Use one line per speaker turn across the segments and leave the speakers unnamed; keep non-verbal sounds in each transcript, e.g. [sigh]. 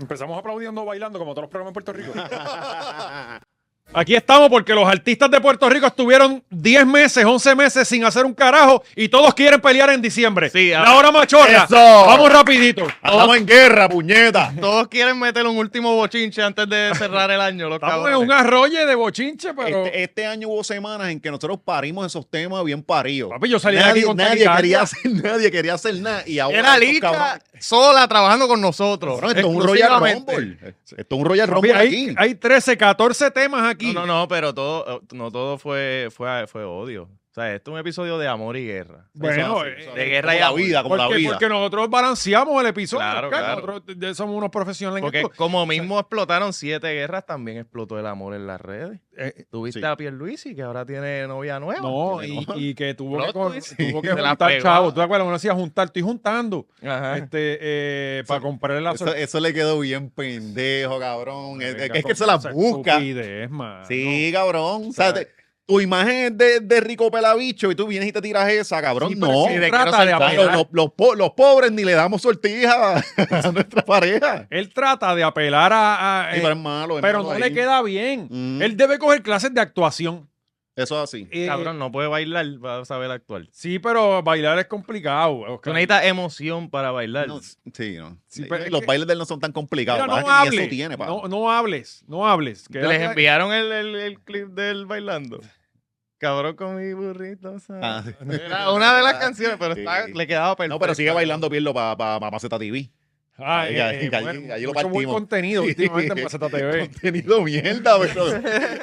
Empezamos aplaudiendo bailando como todos los programas en Puerto Rico.
[laughs] Aquí estamos porque los artistas de Puerto Rico estuvieron 10 meses, 11 meses sin hacer un carajo y todos quieren pelear en diciembre.
Sí,
la
ahora-
hora machorra.
Eso.
Vamos rapidito.
Estamos en guerra, puñeta.
Todos quieren meter un último bochinche antes de cerrar el año, los
Estamos en
cabrones.
un arroyo de bochinche, pero...
Este, este año hubo semanas en que nosotros parimos esos temas bien paridos.
Papi, yo salí de
nadie,
aquí con
nadie
taquicardia.
quería hacer, [laughs] nadie quería hacer nada. Y ahora
Era
estos
Lita
cabrones-
sola trabajando con nosotros.
Cabrón, esto es un Royal
exclusivamente.
Rumble. Esto es un Royal
Papi,
Rumble
hay,
aquí.
hay 13, 14 temas aquí.
No, no, no, pero todo, eh, no todo fue, fue, fue odio. O sea, esto es un episodio de amor y guerra.
Bueno, eh,
Eso es así, eso es
de
así.
guerra
Como
y
la
amor.
vida, como la
porque,
vida.
porque nosotros balanceamos el episodio.
Claro,
claro.
claro.
Nosotros de- somos unos profesionales en
Porque
pues,
esto.
como mismo explotaron siete guerras, también explotó el amor en las redes.
Eh,
Tuviste
sí.
a Pierluisi, que ahora tiene novia nueva.
no,
Tiene
y,
novia.
y que tuvo
Plot
que, con-
twist.
tuvo que
Se la
juntar
pegó.
chavos. ¿Tú te acuerdas? Uno decía juntar, estoy juntando
Ajá.
este, eh, para comprarle la
Eso,
sorpresa.
eso le quedó bien pendejo, cabrón. Es, es
Venga,
que- es que
con
se las
esa
busca.
estupidez, mano.
Sí, cabrón. O sea,
¿Sabes?
te- tu imagen es de, de rico pelabicho y tú vienes y te tiras esa, cabrón.
Sí, pero
no.
es que
de que no
trata de
saltar.
Claro,
apelar.
los, los po- los pobres ni le damos sortija a [laughs] nuestra pareja.
Él trata de apelar a. a-
Sí,
eh,
pero es malo. es
pero
malo
no
ahí.
le queda bien.
Mm.
Él debe coger clases de actuación.
Eso es así.
Eh,
Cabrón, no puede bailar para saber actuar.
Sí, pero bailar es complicado.
Tú
Oscar.
necesitas emoción para bailar.
No, sí, no.
Sí,
Eh,
pero es
los
que-
bailes de él no son tan complicados.
Mira,
¿verdad?
no
Que ni eso
hables.
tiene, pa.
no, no hables, no hables. Que
¿Les enviaron el, el- el clip del bailando? Cabrón con mi burrito. ¿sabes?
Ah, sí.
Era una de las canciones, pero
Sí.
está- le quedaba perfecto.
No, pero sigue bailando bien para pa, pa Maceta TV.
Ah,
Ahí-
eh,
ahí-
eh,
ahí-
bueno,
ahí lo
mucho buen
partimos.
contenido
Sí.
últimamente en Maceta
[laughs]
TV.
Contenido mierda,
[laughs]
pero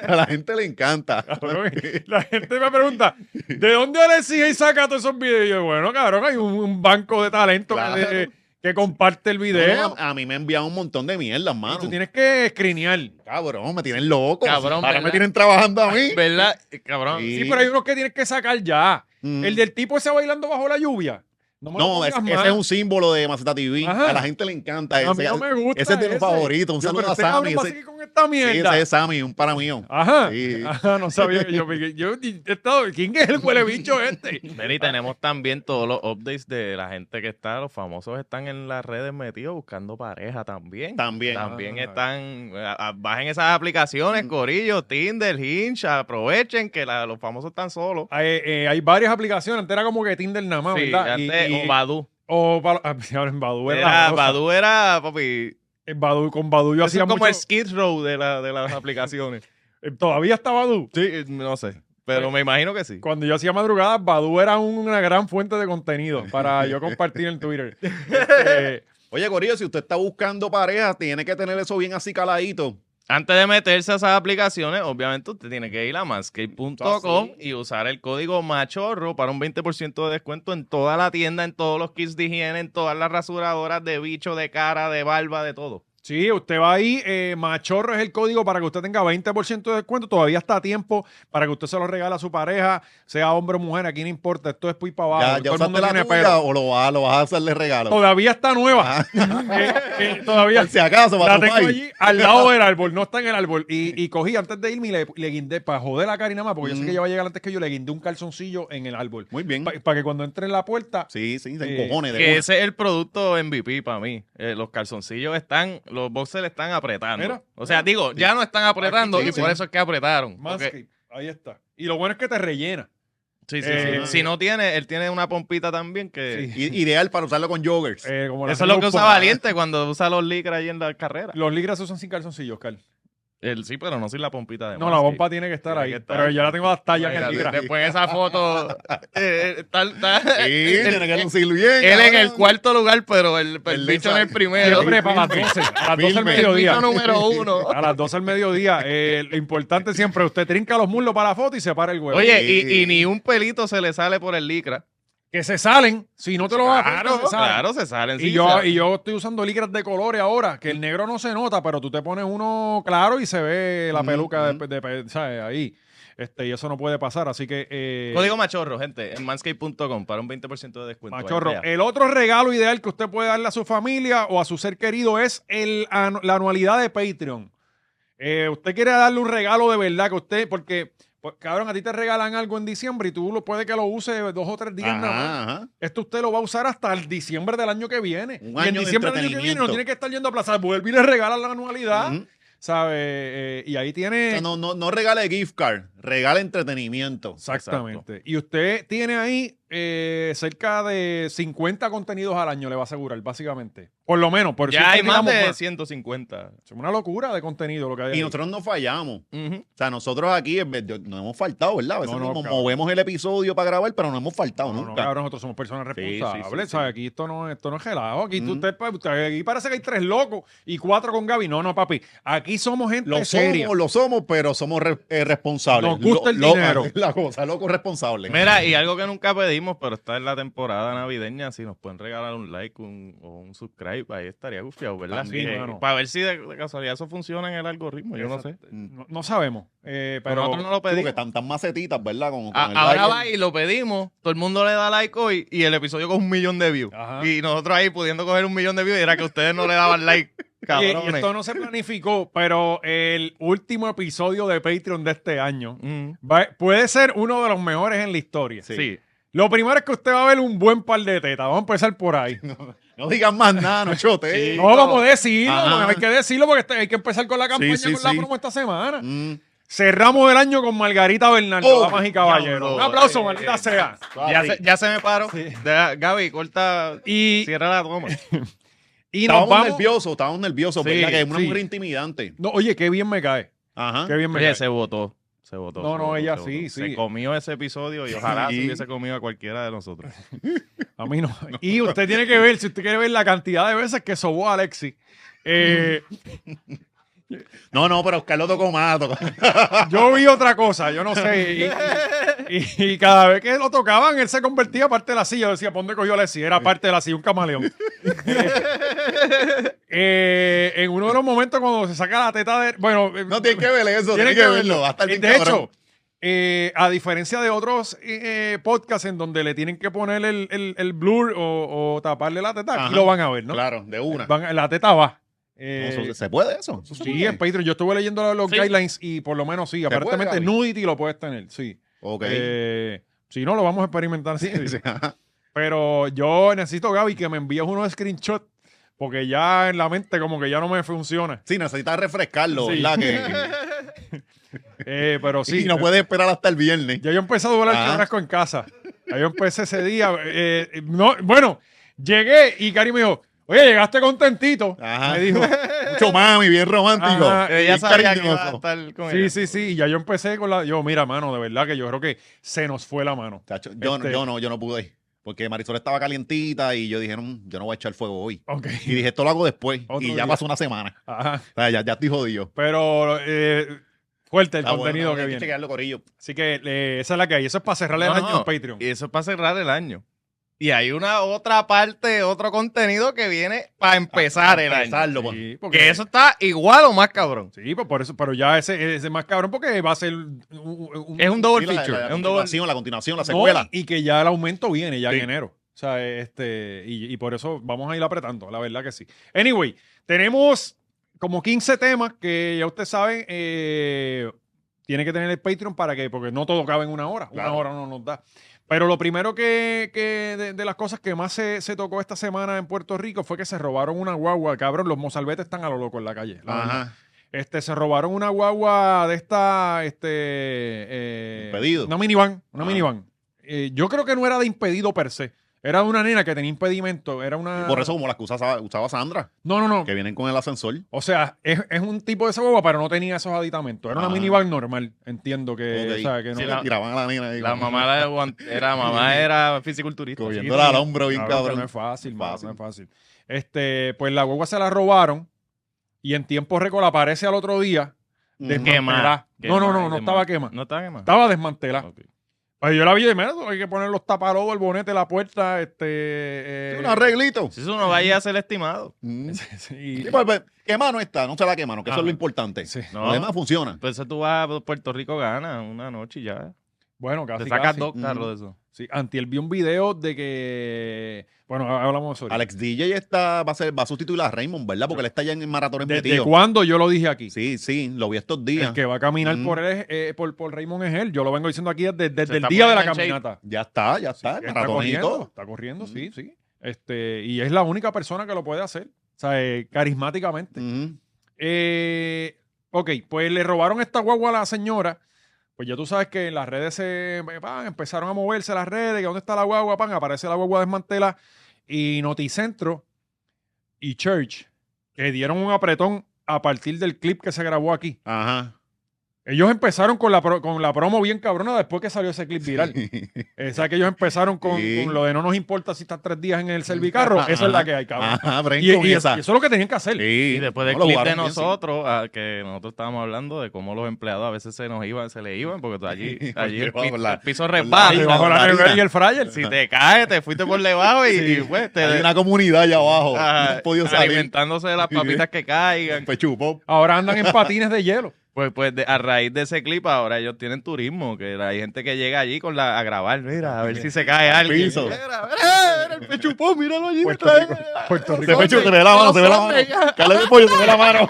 a la gente le encanta.
Cabrón, La gente me pregunta, ¿de dónde Alexis saca todos esos videos? Y yo, bueno, cabrón, hay un, un banco de talento que- eh,
Claro.
que comparte el video.
No, no, a, a mí me envían un montón de mierdas,
Y
mano.
tú tienes que escrinear.
Cabrón, me tienen loco.
Cabrón,
Ahora
¿verdad?
me tienen trabajando a mí.
¿Verdad? Eh, Cabrón.
Sí.
Sí, pero hay unos que tienes que sacar ya.
Mm.
El del tipo ese bailando bajo la lluvia. me lo
No, es-
pongas
ese
más.
es un símbolo de Maceta TV.
Ajá.
A la gente le encanta ese.
A mí no me gusta.
ese es de mis favoritos. Un
Yo,
saludo
pero
a
este cabrón
Sammy,
va a
ese-
seguir con esta
sí,
mierda. Ah,
ese es Sammy, un para mío.
Ajá.
Sí.
[laughs] Ajá, no sabía. que Yo, me- yo he estado. ¿Quién es el huele bicho
[laughs]
este?
Ven, y tenemos también todos los updates de la gente que está, los famosos están en las redes metidos buscando pareja también.
También.
También
Ah.
están, a- a- bajen esas
Mm.
aplicaciones, Corillo, Tinder, Hinge, aprovechen que la- los famosos están solos.
Hay, eh, hay varias aplicaciones. Antes era como que Tinder nada más,
Sí,
Ah, ¿verdad? Y-
antes,
y-
o Badu.
o pa- ah, [laughs] ahora en Badu era la
Era,
cosa.
Badu era, papi,
En Badoo- con Badu yo
eso es
hacía
como
mucho.
el Skid Row de, la- de las [laughs] aplicaciones.
eh, Todavía está Badu.
sí, eh, no sé, pero me imagino que sí.
Cuando yo hacía madrugadas, Badu era un- una gran fuente de contenido para yo compartir en
[laughs]
Twitter. Este,
Oye, Corillo, si usted está buscando pareja, tiene que tener eso bien así caladito.
Antes de meterse a esas aplicaciones, obviamente usted tiene que ir a manscape.com
Así.
y usar el código machorro para un 20% de descuento en toda la tienda, en todos los kits de higiene, en todas las rasuradoras de bicho, de cara, de barba, de todo.
Sí, usted va ahí, eh, machorro es el código para que usted tenga 20% de descuento, todavía está a tiempo para que usted se lo regale a su pareja, sea hombre o mujer, aquí no importa, esto es pui para abajo,
ya ya
todo el mundo
usaste la
tiene
tuya
pelo.
o lo vas, lo vas a hacerle regalo.
Todavía está nueva,
Ah.
[laughs] Eh, eh, todavía
[laughs] Por si acaso,
la
para tu
tengo
país.
allí al lado
[laughs]
del árbol, no está en el árbol, y, y cogí antes de irme y le, le guindé, para joder la Karina más, porque yo sé
Mm.
que ella va a llegar antes que yo, le guindé un calzoncillo en el árbol,
Muy
Mm.
bien.
para que cuando entre en la puerta,
Sí, sí, se
Eh,
encojone de
Que
una.
ese es el producto MVP para mí. Eh, los calzoncillos están, los boxers están apretando.
Mira,
o sea, digo, ya no están apretando
Aquí
y
sí,
por
sí.
eso es que apretaron.
más
porque-
que- ahí está, y lo bueno es que te rellena.
Sí, sí,
Eh,
sí. Si no tiene, él tiene una pompita también que...
Sí.
I- Ideal para usarlo con joggers.
eh, como la
Eso es lo que
ropa.
usa Valiente cuando usa los licras ahí en la carrera.
Los ligras se usan sin calzoncillo, Oscar.
El, sí, pero no sin la pompita de
No, la
Manscaped.
bomba tiene que estar
Ah, Tiene
ahí.
que estar
pero
ahí.
yo la tengo las tallas en el
Imagínate,
libra.
Después de esa [laughs] foto, eh, eh, tal- tal- [laughs]
Sí,
eh,
el-
tiene que lucir
él
bien.
en
cabrón.
el cuarto lugar, pero el, el
El
bicho en el
Lisa-
primero.
Siempre para las 12, a las 12 al
Firme.
El bicho
mediodía. [laughs]
número uno.
A las 12 al mediodía. eh, lo importante siempre, usted trinca los muslos para la foto y se para el huevo.
Oye, y,
Sí.
y ni un pelito se le sale por el licra.
que se salen. Si no te lo vas a
Claro, claro, se salen.
Y
sí,
yo,
se-
y yo estoy usando licras de colores ahora, que el negro no se nota, pero tú te pones uno claro y se ve la
Ujú,
peluca de,
ujú.
de- de- ¿sabes? ahí. Este, y eso no puede pasar, así que... eh,
Código machorro, gente, en manscape.com para un 20% de descuento.
Machorro, eh,
Ahí, vea.
el otro regalo ideal que usted puede darle a su familia o a su ser querido es el, anu- la anualidad de Patreon. Eh, usted quiere darle un regalo de verdad que usted, porque Pues, cabrón, a ti te regalan algo en diciembre y tú lo puede que lo uses dos o tres días nada más.
Ajá, ajá.
Esto usted lo va a usar hasta el diciembre del año que viene.
Un
y en
año de
diciembre del año que viene no
entretenimiento.
tiene que estar yendo a plaza. Vuelve y le regala la anualidad,
Ujú.
¿sabes? Eh, y ahí
O
tiene...
sea, no, no, no regale gift card, regale entretenimiento.
Exactamente. Y usted tiene ahí eh, cerca de 50 contenidos al año, le va a asegurar, básicamente. Por lo menos, por
ya hay
siempre
más
tiramos
de 150.
Es una locura de contenido lo que hay.
Y
ahí.
nosotros no fallamos.
Ujú.
O sea, nosotros aquí en vez de- no hemos faltado, ¿verdad? A veces
No, no,
nos
cabrón.
movemos el episodio para grabar, pero no hemos faltado
No, no,
nunca.
cabrón, nosotros somos personas
sí,
responsables,
sí, sí.
¿sabes? Aquí esto no, esto no es relajo. Aquí, tú-
Mm.
usted- usted- aquí parece que hay tres locos y cuatro con Gaby. No, no, papi. Aquí somos gente
lo
seria.
somos, lo somos, pero somos re- eh, responsables.
Nos gusta el dinero.
es [laughs] La cosa, loco responsable.
Mira, y algo que nunca pedimos, pero está en la temporada navideña, si nos pueden regalar un like un- o un subscribe, ahí estaría gufiado, ¿verdad?
También,
Sí,
mano.
para ver si de, de casualidad eso funciona en el algoritmo, yo no sé.
No, no sabemos. eh,
Pero
pero
nosotros no lo
Porque
pedimos.
Mm. están tan macetitas, ¿verdad? Con, con
Ah,
el
ahora
like.
va y lo pedimos, todo el mundo le da like hoy y el episodio con un millón de views.
Ajá.
Y nosotros ahí pudiendo coger un millón de views y era que ustedes no le daban like,
[laughs] eh, Y- y
cabrones.
esto no se planificó, pero el último episodio de Patreon de este año
Mm,
va- puede ser uno de los mejores en la historia.
sí.
Lo primero es que usted va a ver un buen par de tetas. Vamos a empezar por ahí.
No digan más nada,
[laughs]
no chote.
No, vamos a decirlo,
Ajá.
porque hay que decirlo porque este- hay que empezar con la campaña
sí,
con la
sí.
promo esta semana.
Mm.
Cerramos el año con Margarita Bernal,
Oh,
damas y caballeros.
diablo.
Un aplauso,
Eh,
maldita
eh,
sea.
Ya, se, ya se me paró. Deja- Gaby, corta,
Y,
cierra la toma.
y nos
Estábamos
vamos.
nerviosos, estábamos nerviosos,
Sí,
¿verdad? Que es una
sí.
mujer intimidante.
No, oye, qué bien me cae.
Ajá.
Qué bien me
Oye,
cae.
se votó. Se votó.
No,
se
no,
votó,
ella
se
sí,
votó.
sí.
Se comió ese episodio y ojalá
Sí.
se hubiese comido a cualquiera de nosotros.
A
[laughs]
mí no. Y usted tiene que ver, si usted quiere ver la cantidad de veces que sobó a Alexi. Eh,
[laughs] No, no, pero Oscar lo tocó más. tocó- [laughs]
yo vi otra cosa, yo no sé. Y, y- y cada vez que lo tocaban, él se convertía parte de la silla. Yo decía, ¿por dónde cogió Alexi? Era parte de la silla, un
[laughs]
camaleón. Eh, en uno de los momentos cuando se saca la teta de. Bueno, eh,
No tienes que ver eso,
Tienen
tienes que verlo. Va a estar
Eh,
bien
de
cabrón.
hecho, eh, a diferencia de otros eh, eh, podcasts en donde le tienen que poner el, el- el blur o, o taparle la teta,
Ajá.
aquí lo van a ver, ¿no?
Claro, de una.
Van- la teta va.
No,
Eh,
eso- ¿Se puede eso? Eso se
sí,
puede.
en Patreon. Yo estuve leyendo los
Sí.
guidelines y por lo menos sí,
puede,
aparentemente
Gaby?
nudity lo puedes tener, sí.
Ok. [laughs] "Ah,
Eh, si no, lo vamos a experimentar. sí.
Sí, ajá.
Pero yo necesito, Gaby, que me envíes unos screenshots porque ya en la mente como que ya no me funciona.
Sí, necesitas refrescarlo,
Sí.
¿verdad? Que-
Eh, pero sí.
[laughs] y no puedes esperar hasta el viernes.
Ya yo empecé a doblar
Ah.
el carrasco en casa. Ya yo empecé ese día. eh, eh, no, bueno, llegué y Cari me dijo, oye, llegaste contentito.
Ajá.
Me dijo,
Mucho mami, bien romántico.
Ajá,
Ella
bien
sabía que iba a
cariñoso.
estar con
sí,
ella.
sí, sí. Y ya yo empecé con la... Yo, mira, mano, de verdad que yo creo que se nos fue la mano.
Chacho, yo, no-
Este-
yo no, yo no pude. Porque Marisol estaba calientita y yo dije, "No, yo no voy a echar fuego hoy.
Ok. [laughs]
Y dije, esto lo hago después.
Otro
y ya
día.
pasó una semana.
Ajá.
O sea, ya, ya estoy jodido.
Pero eh, fuerte el
Está bueno,
contenido
está bueno, hay
que viene.
chequearlo, corillo.
Así que eh, esa es la que hay. Eso es para cerrarle
No,
el año
no.
en Patreon.
Y eso es para cerrar el año. Y hay una otra parte, otro contenido que viene para empezar el año.
Pensarlo, pues.
Sí, porque-
Que eso está igual o más cabrón.
Sí, pues por eso, pero ya ese es más cabrón porque va a ser un- un-
Es un double
Sí, la- la-
feature.
la
es un double
continuación, la continuación, la
No,
secuela.
y que ya el aumento viene ya
Sí.
en enero. O sea, este, y, y por eso vamos a ir apretando, la verdad que sí. Anyway, tenemos como 15 temas que ya usted sabe, eh, tiene que tener el Patreon para que, porque no todo cabe en una hora,
Claro.
una hora no nos da. Pero lo primero que, que de, de las cosas que más se, se tocó esta semana en Puerto Rico fue que se robaron una guagua, cabrón, los mozalbetes están a lo loco en la calle. la verdad.
Ajá.
Este, se robaron una guagua de esta, este, eh,
Impedido.
una minivan, una
Ah.
minivan. Eh, yo creo que no era de impedido per se, era de una nena que tenía impedimento, era una.
Y por eso, como las que usaba, usaba Sandra,
No, no, no.
que vienen con el ascensor.
O sea, es, es un tipo de esa guagua, pero no tenía esos aditamentos. Era una
Ah.
minivan normal, entiendo que,
Ok.
o sea, que no-
Sí,
la-
le tiraban a la nena ahí.
La
como-
mamá era, guan- era- mamá era fisiculturista.
Coño.
Cogiéndola al hombro bien
Cabrón, que
cabrón.
No es fácil, mano,
Fácil.
no es fácil. Este, pues la guagua se la robaron y en tiempo récord aparece al otro día.
Ujú.
Qué
Quema.
No, no, no,
Quema,
no
quema.
estaba quema.
No estaba quema.
Estaba desmantelada.
Ok.
Pues yo la vi de menos, hay que poner los taparodos, el bonete, la puerta, este... eh,
Un arreglito.
Si eso no vaya a ser estimado.
Mm.
[laughs] sí,
Sí, pues, pues, quema no está, no se la quema, no, que eso
Ah.
es lo importante.
sí.
No.
Lo demás
pues
funciona.
Entonces tú vas a Puerto Rico, ganas una noche y ya.
Bueno, casi,
Te sacas
casi.
dos
ah, Ujú.
carros de eso.
Sí, Antiel vi un video de que. Bueno, hablamos sobre
Alex DJ está, va, a ser, va a sustituir a Raymond, ¿verdad? Porque él está ya en maratones
¿Desde
metido.
cuándo yo lo dije aquí?
Sí, sí, lo vi estos
El
días.
que va a caminar
Mm.
por, él es- eh, por, por Raymond es él. Yo lo vengo diciendo aquí desde, desde el
está
día de la
poniendo en shape.
caminata.
Ya está, ya está,
Sí,
el
está
maratón y
corriendo,
todo.
está corriendo,
Mm.
sí, sí. Este, y es la única persona que lo puede hacer, o sea, eh, carismáticamente.
Ujú.
Eh, ok, pues le robaron esta guagua a la señora. Pues ya tú sabes que en las redes se eh, pan, empezaron a moverse las redes, que dónde está la guagua, pan, aparece la guagua desmantela y Noticentro y Church que dieron un apretón a partir del clip que se grabó aquí.
Ajá.
Ellos empezaron con la, pro- con la promo bien cabrona después que salió ese clip
[laughs]
viral. Eh, O sea, que ellos empezaron con,
Sí. Ah,
con lo de no nos importa si estás tres días en el servicarro. Esa es la que hay, cabrón.
Ajá,
Y,
Brenco,
y es-
esa.
y eso es lo que tenían que hacer.
Sí,
Y después del
no, lo
clip de
jugaron bien, sí.
nosotros, ah, que nosotros estábamos hablando de cómo los empleados a veces se nos iban, se le iban, porque allí,
Porque
allí el,
bajo
pi-
la-
el piso
la-
Ah,
Ahí
y
resbala.
bajo la
la harina.
nevera y el fryer.
Si te caes, te fuiste por debajo y, y, pues, te
Hay una comunidad allá abajo.
ah,
no han podido salir.
alimentándose de las papitas que caigan.
Pues chupó.
Ahora andan en patines de hielo.
Pues, pues de- a raíz de ese clip ahora ellos tienen turismo, que hay gente que llega allí con la, a grabar, mira, a ver si se cae alguien.
piso.
Mira, mira, mira, el pechupón, míralo allí.
Puerto
otra
Rico.
vez.
Puerto Rico.
Se fue chup, se ve la mano, se ve la mano. Cale de pollo, se ve la mano.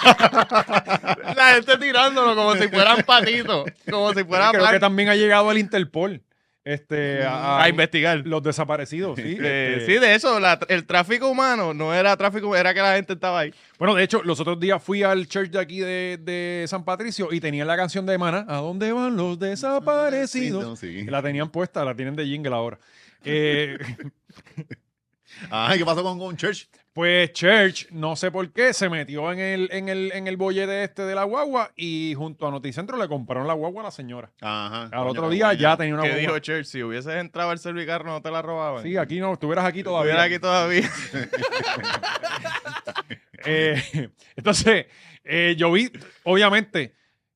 La gente tirándolo como si fueran patitos, como si fueran
Creo que
blancos.
también ha llegado el Interpol este, a, a-
a investigar.
los desaparecidos. Sí,
Eh,
Este,
Ah, sí, de eso, la- el tráfico humano no era tráfico, era que la gente estaba ahí.
Bueno, de hecho, los otros días fui al church de aquí de, de San Patricio y tenía la canción de Maná, ¿A dónde van los desaparecidos?
Sí.
La tenían puesta, la tienen de jingle ahora. Eh, [laughs]
Ay, ¿qué pasó con Gon Church?
Pues Church, no sé por qué, se metió en el, en el, en el bollete este de la guagua y junto a Noticentro le compraron la guagua a la señora.
Ajá.
Al
coño,
otro
qué
día
guay,
ya tenía una
Que dijo
guagua.
Church, si hubieses entrado al servicarro no te la robaban.
Sí, aquí no, estuvieras aquí todavía.
Estuviera aquí todavía.
Eh, [laughs] entonces, eh, yo vi, obviamente,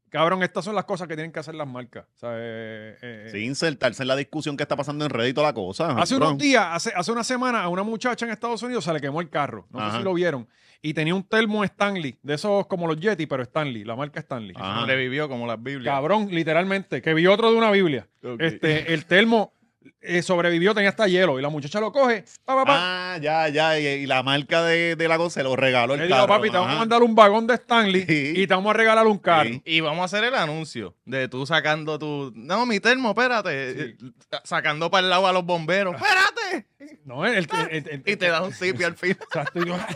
cabrón, estas son las cosas que tienen que hacer las marcas. O sea, eh, eh,
Sí, insertarse en la discusión que está pasando en Reddit y toda la cosa.
Hace
cabrón.
unos días, hace, hace una semana, a una muchacha en Estados Unidos se le quemó el carro. No sé
Ajá.
si lo vieron. Y tenía un termo Stanley, de esos como los Yeti, pero Stanley, la marca Stanley.
Ah. Ajá.
Sobrevivió como las Biblias.
Cabrón, literalmente, que vi otro de una Biblia.
Ok.
Este, el termo eh, sobrevivió, tenía hasta hielo. Y la muchacha lo coge. Pa, pa, pa.
Ah, ya, ya. Y, y la marca de, de la cosa se lo regaló Ah, el
le digo,
carro.
papi, te vamos a
ajá.
mandar un vagón de Stanley
Sí.
y te vamos a regalar un carro.
Sí.
Y vamos a hacer el anuncio de tú sacando tu. No, mi termo, espérate. Eh, Sacando para el lado a los bomberos. ¡Espérate!
No, el, el- el- el-
Y te das un sipi
[laughs]
al fin.
Exacto, y yo, ay,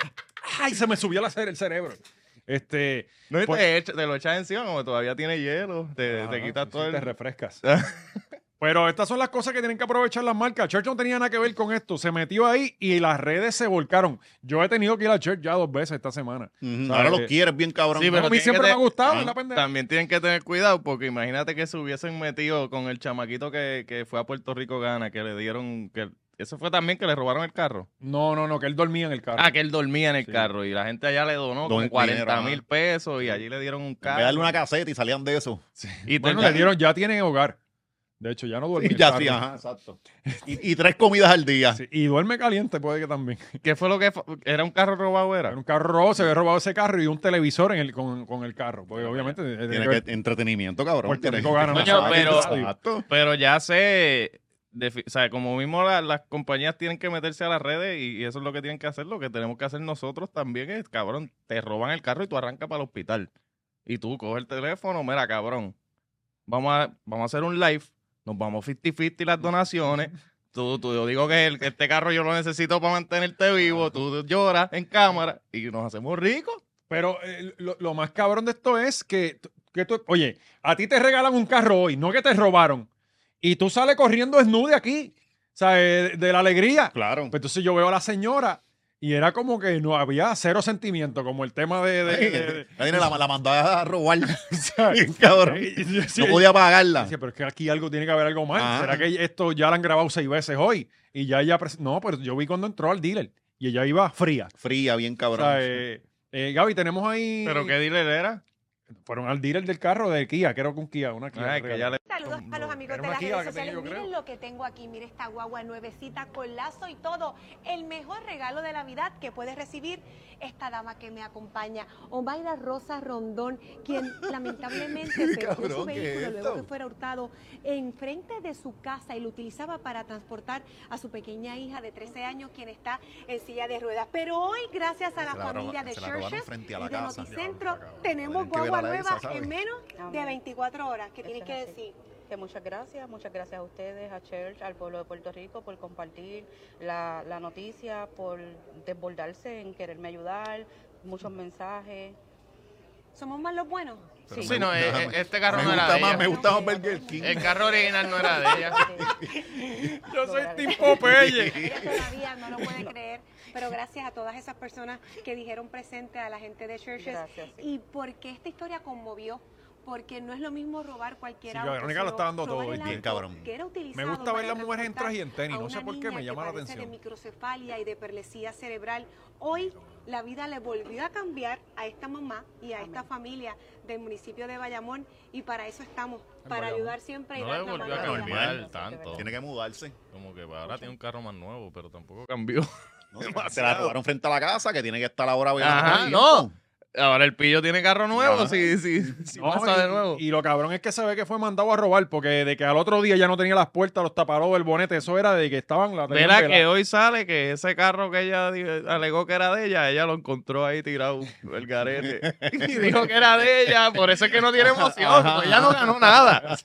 ay, se me subió la cere- el cerebro. Este,
No, y
Pues-
te, echa- te lo echas encima como todavía tiene hielo. Te, te
ajá,
quitas
sí,
todo el.
Te refrescas. Pero estas son las cosas que tienen que aprovechar las marcas. Church no tenía nada que ver con esto. Se metió ahí y las redes se volcaron. Yo he tenido que ir a Church ya dos veces esta semana.
Ujú,
¿Sabes?
Ahora lo quieres bien, cabrón.
Sí,
Pero
pero
a mí
tiene
siempre
que
me ha
te-
gustado
Ah,
la pendeja.
También tienen que tener cuidado porque imagínate que se hubiesen metido con el chamaquito que, que fue a Puerto Rico Gana, que le dieron... que Eso fue también que le robaron el carro.
No, no, no, que él dormía en el carro.
Ah, que él dormía en el
Sí.
carro y la gente allá le donó
Don
como 40
dinero,
mil
ajá.
pesos y allí le dieron un
en vez
carro.
de darle una caseta y salían de eso.
Y
Bueno,
te-
le dieron, ya tienen hogar. De hecho, ya no duerme.
Sí,
en
ya
carro.
sí, ajá, exacto. Y, y tres comidas al día.
Sí, y duerme caliente, puede que también.
¿Qué fue lo que fue? era un carro robado
Era
era?
un carro robado, se había robado ese carro y un televisor en el, con, con el carro. Porque obviamente. eh, tiene
Tiene
que ver-
que, entretenimiento, cabrón.
Puerto
Tiene-
Rico gana más.
Coño, pero-
Exacto.
Pero ya sé, defi- o sea, como mismo la- las compañías tienen que meterse a las redes y, y eso es lo que tienen que hacer, lo que tenemos que hacer nosotros también es, cabrón, te roban el carro y tú arrancas para el hospital. Y tú coges el teléfono, mira, cabrón, vamos a, vamos a hacer un live, nos vamos 50-50 las donaciones. Tú, tú, yo digo que el- que este carro yo lo necesito para mantenerte vivo, tú lloras en cámara y nos hacemos ricos.
Pero eh, lo, lo más cabrón de esto es que, t- que tú, oye, a ti te regalan un carro hoy, no que te robaron. Y tú sales corriendo desnude aquí, o sea, eh, de, la alegría.
Claro.
Pues entonces yo veo a la señora y era como que no había cero sentimiento, como el tema de. de- de- de-
Ahí La, la mandó
[laughs]
a robar.
¿sabes?
[laughs] cabrón.
eh, Y- y-
No podía pagarla.
Dice, pero es que aquí algo tiene que haber algo mal.
Ah.
¿Será que esto ya lo han grabado seis veces hoy? Y ya ella. pres- No, pero yo vi cuando entró al dealer y ella iba fría.
Fría, bien
O
cabrón.
sea, eh, eh, Gaby, tenemos ahí.
¿Pero qué dealer era?
Fueron al dealer del carro de Kia, creo que un Kia, una Kia.
Ay, que ya le-
Saludos a los amigos de
Tenemos
las
aquí
redes
a la que
sociales.
tenía yo,
Miren
creo.
lo que tengo aquí. Mire esta guagua nuevecita con lazo y todo. El mejor regalo de Navidad que puede recibir esta dama que me acompaña, Omaira Rosa Rondón,
[laughs]
quien lamentablemente
Qué
perdió su
cabrón que
vehículo
es
luego
esto.
que fuera hurtado enfrente de su casa y lo utilizaba para transportar a su pequeña hija de 13 años, quien está en silla de ruedas. Pero hoy, gracias a la
Se la roba-
familia de
se la robaron
Churches
frente a
y
la
de
casa.
Noticentro,
Tienen
tenemos
que ver
guagua
a la Elsa,
nueva
¿sabes?
en menos de
Amén.
24 horas. ¿Qué tienen
Eso
que
es así.
decir?
Que muchas gracias, muchas gracias a ustedes, a Church, al pueblo de Puerto Rico por compartir la, la noticia, por desbordarse en quererme ayudar, muchos mensajes.
¿Somos más los buenos?
Pero
Sí,
me
no,
gusta-
eh, eh, este carro
me
no era
gusta
de
más,
ella.
me gusta más Burger King.
El carro original no era de ella.
Este,
Yo soy
Lograr-
Tim [laughs] Popeye.
Ella todavía no lo puede creer, pero gracias a todas esas personas que dijeron presente a la gente de Churches.
Gracias, sí.
Y porque esta historia conmovió, porque no es lo mismo robar cualquier
Sí,
auto,
Verónica lo
sino
está dando
robar
todo,
el
bien
auto
cabrón.
que era
Me
utilizado
gusta ver
para
las mujeres en traje y
transportar
en tenis,
a
no sé
una
por qué,
niña
me
que
llama la
padece de
atención.
microcefalia y de perlesía cerebral. Hoy la vida le volvió a cambiar a esta mamá y a esta familia del municipio de Bayamón y para eso estamos, para
Bayamón.
ayudar siempre y
No
dar
le
la
volvió
mano
a
a la
cambiar.
vida.
cambiar tanto.
Tiene que mudarse.
Como que ahora tiene un carro más nuevo, pero
[laughs]
tampoco cambió.
[laughs] Se la robaron frente a la casa, que tiene que estar ahora voy a
Ajá,
ganar
no.
tiempo.
Ahora el pillo tiene carro nuevo,
Ajá.
sí, sí. sí
No,
pasa
y,
de nuevo.
y lo cabrón es que se ve que fue mandado a robar, porque de que al otro día ya no tenía las puertas, los tapados, el bonete, eso era de que estaban la tenían
Verá que
velada.
hoy sale que ese carro que ella di- alegó que era de ella, ella lo encontró ahí tirado el [laughs] garete. y dijo que era de ella, por eso es que no tiene emoción, porque ella no ganó nada.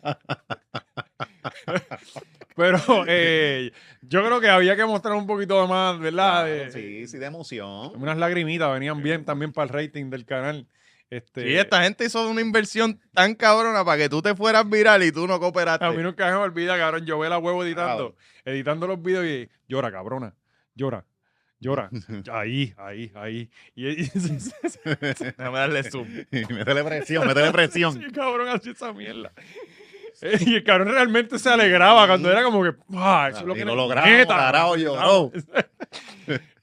Pero [laughs] eh, yo creo que había que mostrar un poquito más, ¿verdad? De-
Claro, Sí, sí, de emoción.
Unas lagrimitas venían bien también para el rating del canal. Este,
Y esta gente hizo una inversión tan cabrona para que tú te fueras viral y tú no cooperaste.
A mí nunca se me olvida, cabrón. Yo veo la huevo editando, editando los videos y llora, cabrona. Llora,
[laughs]
llora. Ahí, ahí, ahí. Y, [laughs] y-
Déjame darle zoom.
[laughs] métele [laughs] presión, métele presión.
Sí, cabrón, así esa mierda. Eh, Y el cabrón realmente se alegraba cuando era como que. ¡Ah! Eso es lo
Y
que
lo
ne-
logramos,
¡Neta!
carajo, lloró.
[laughs]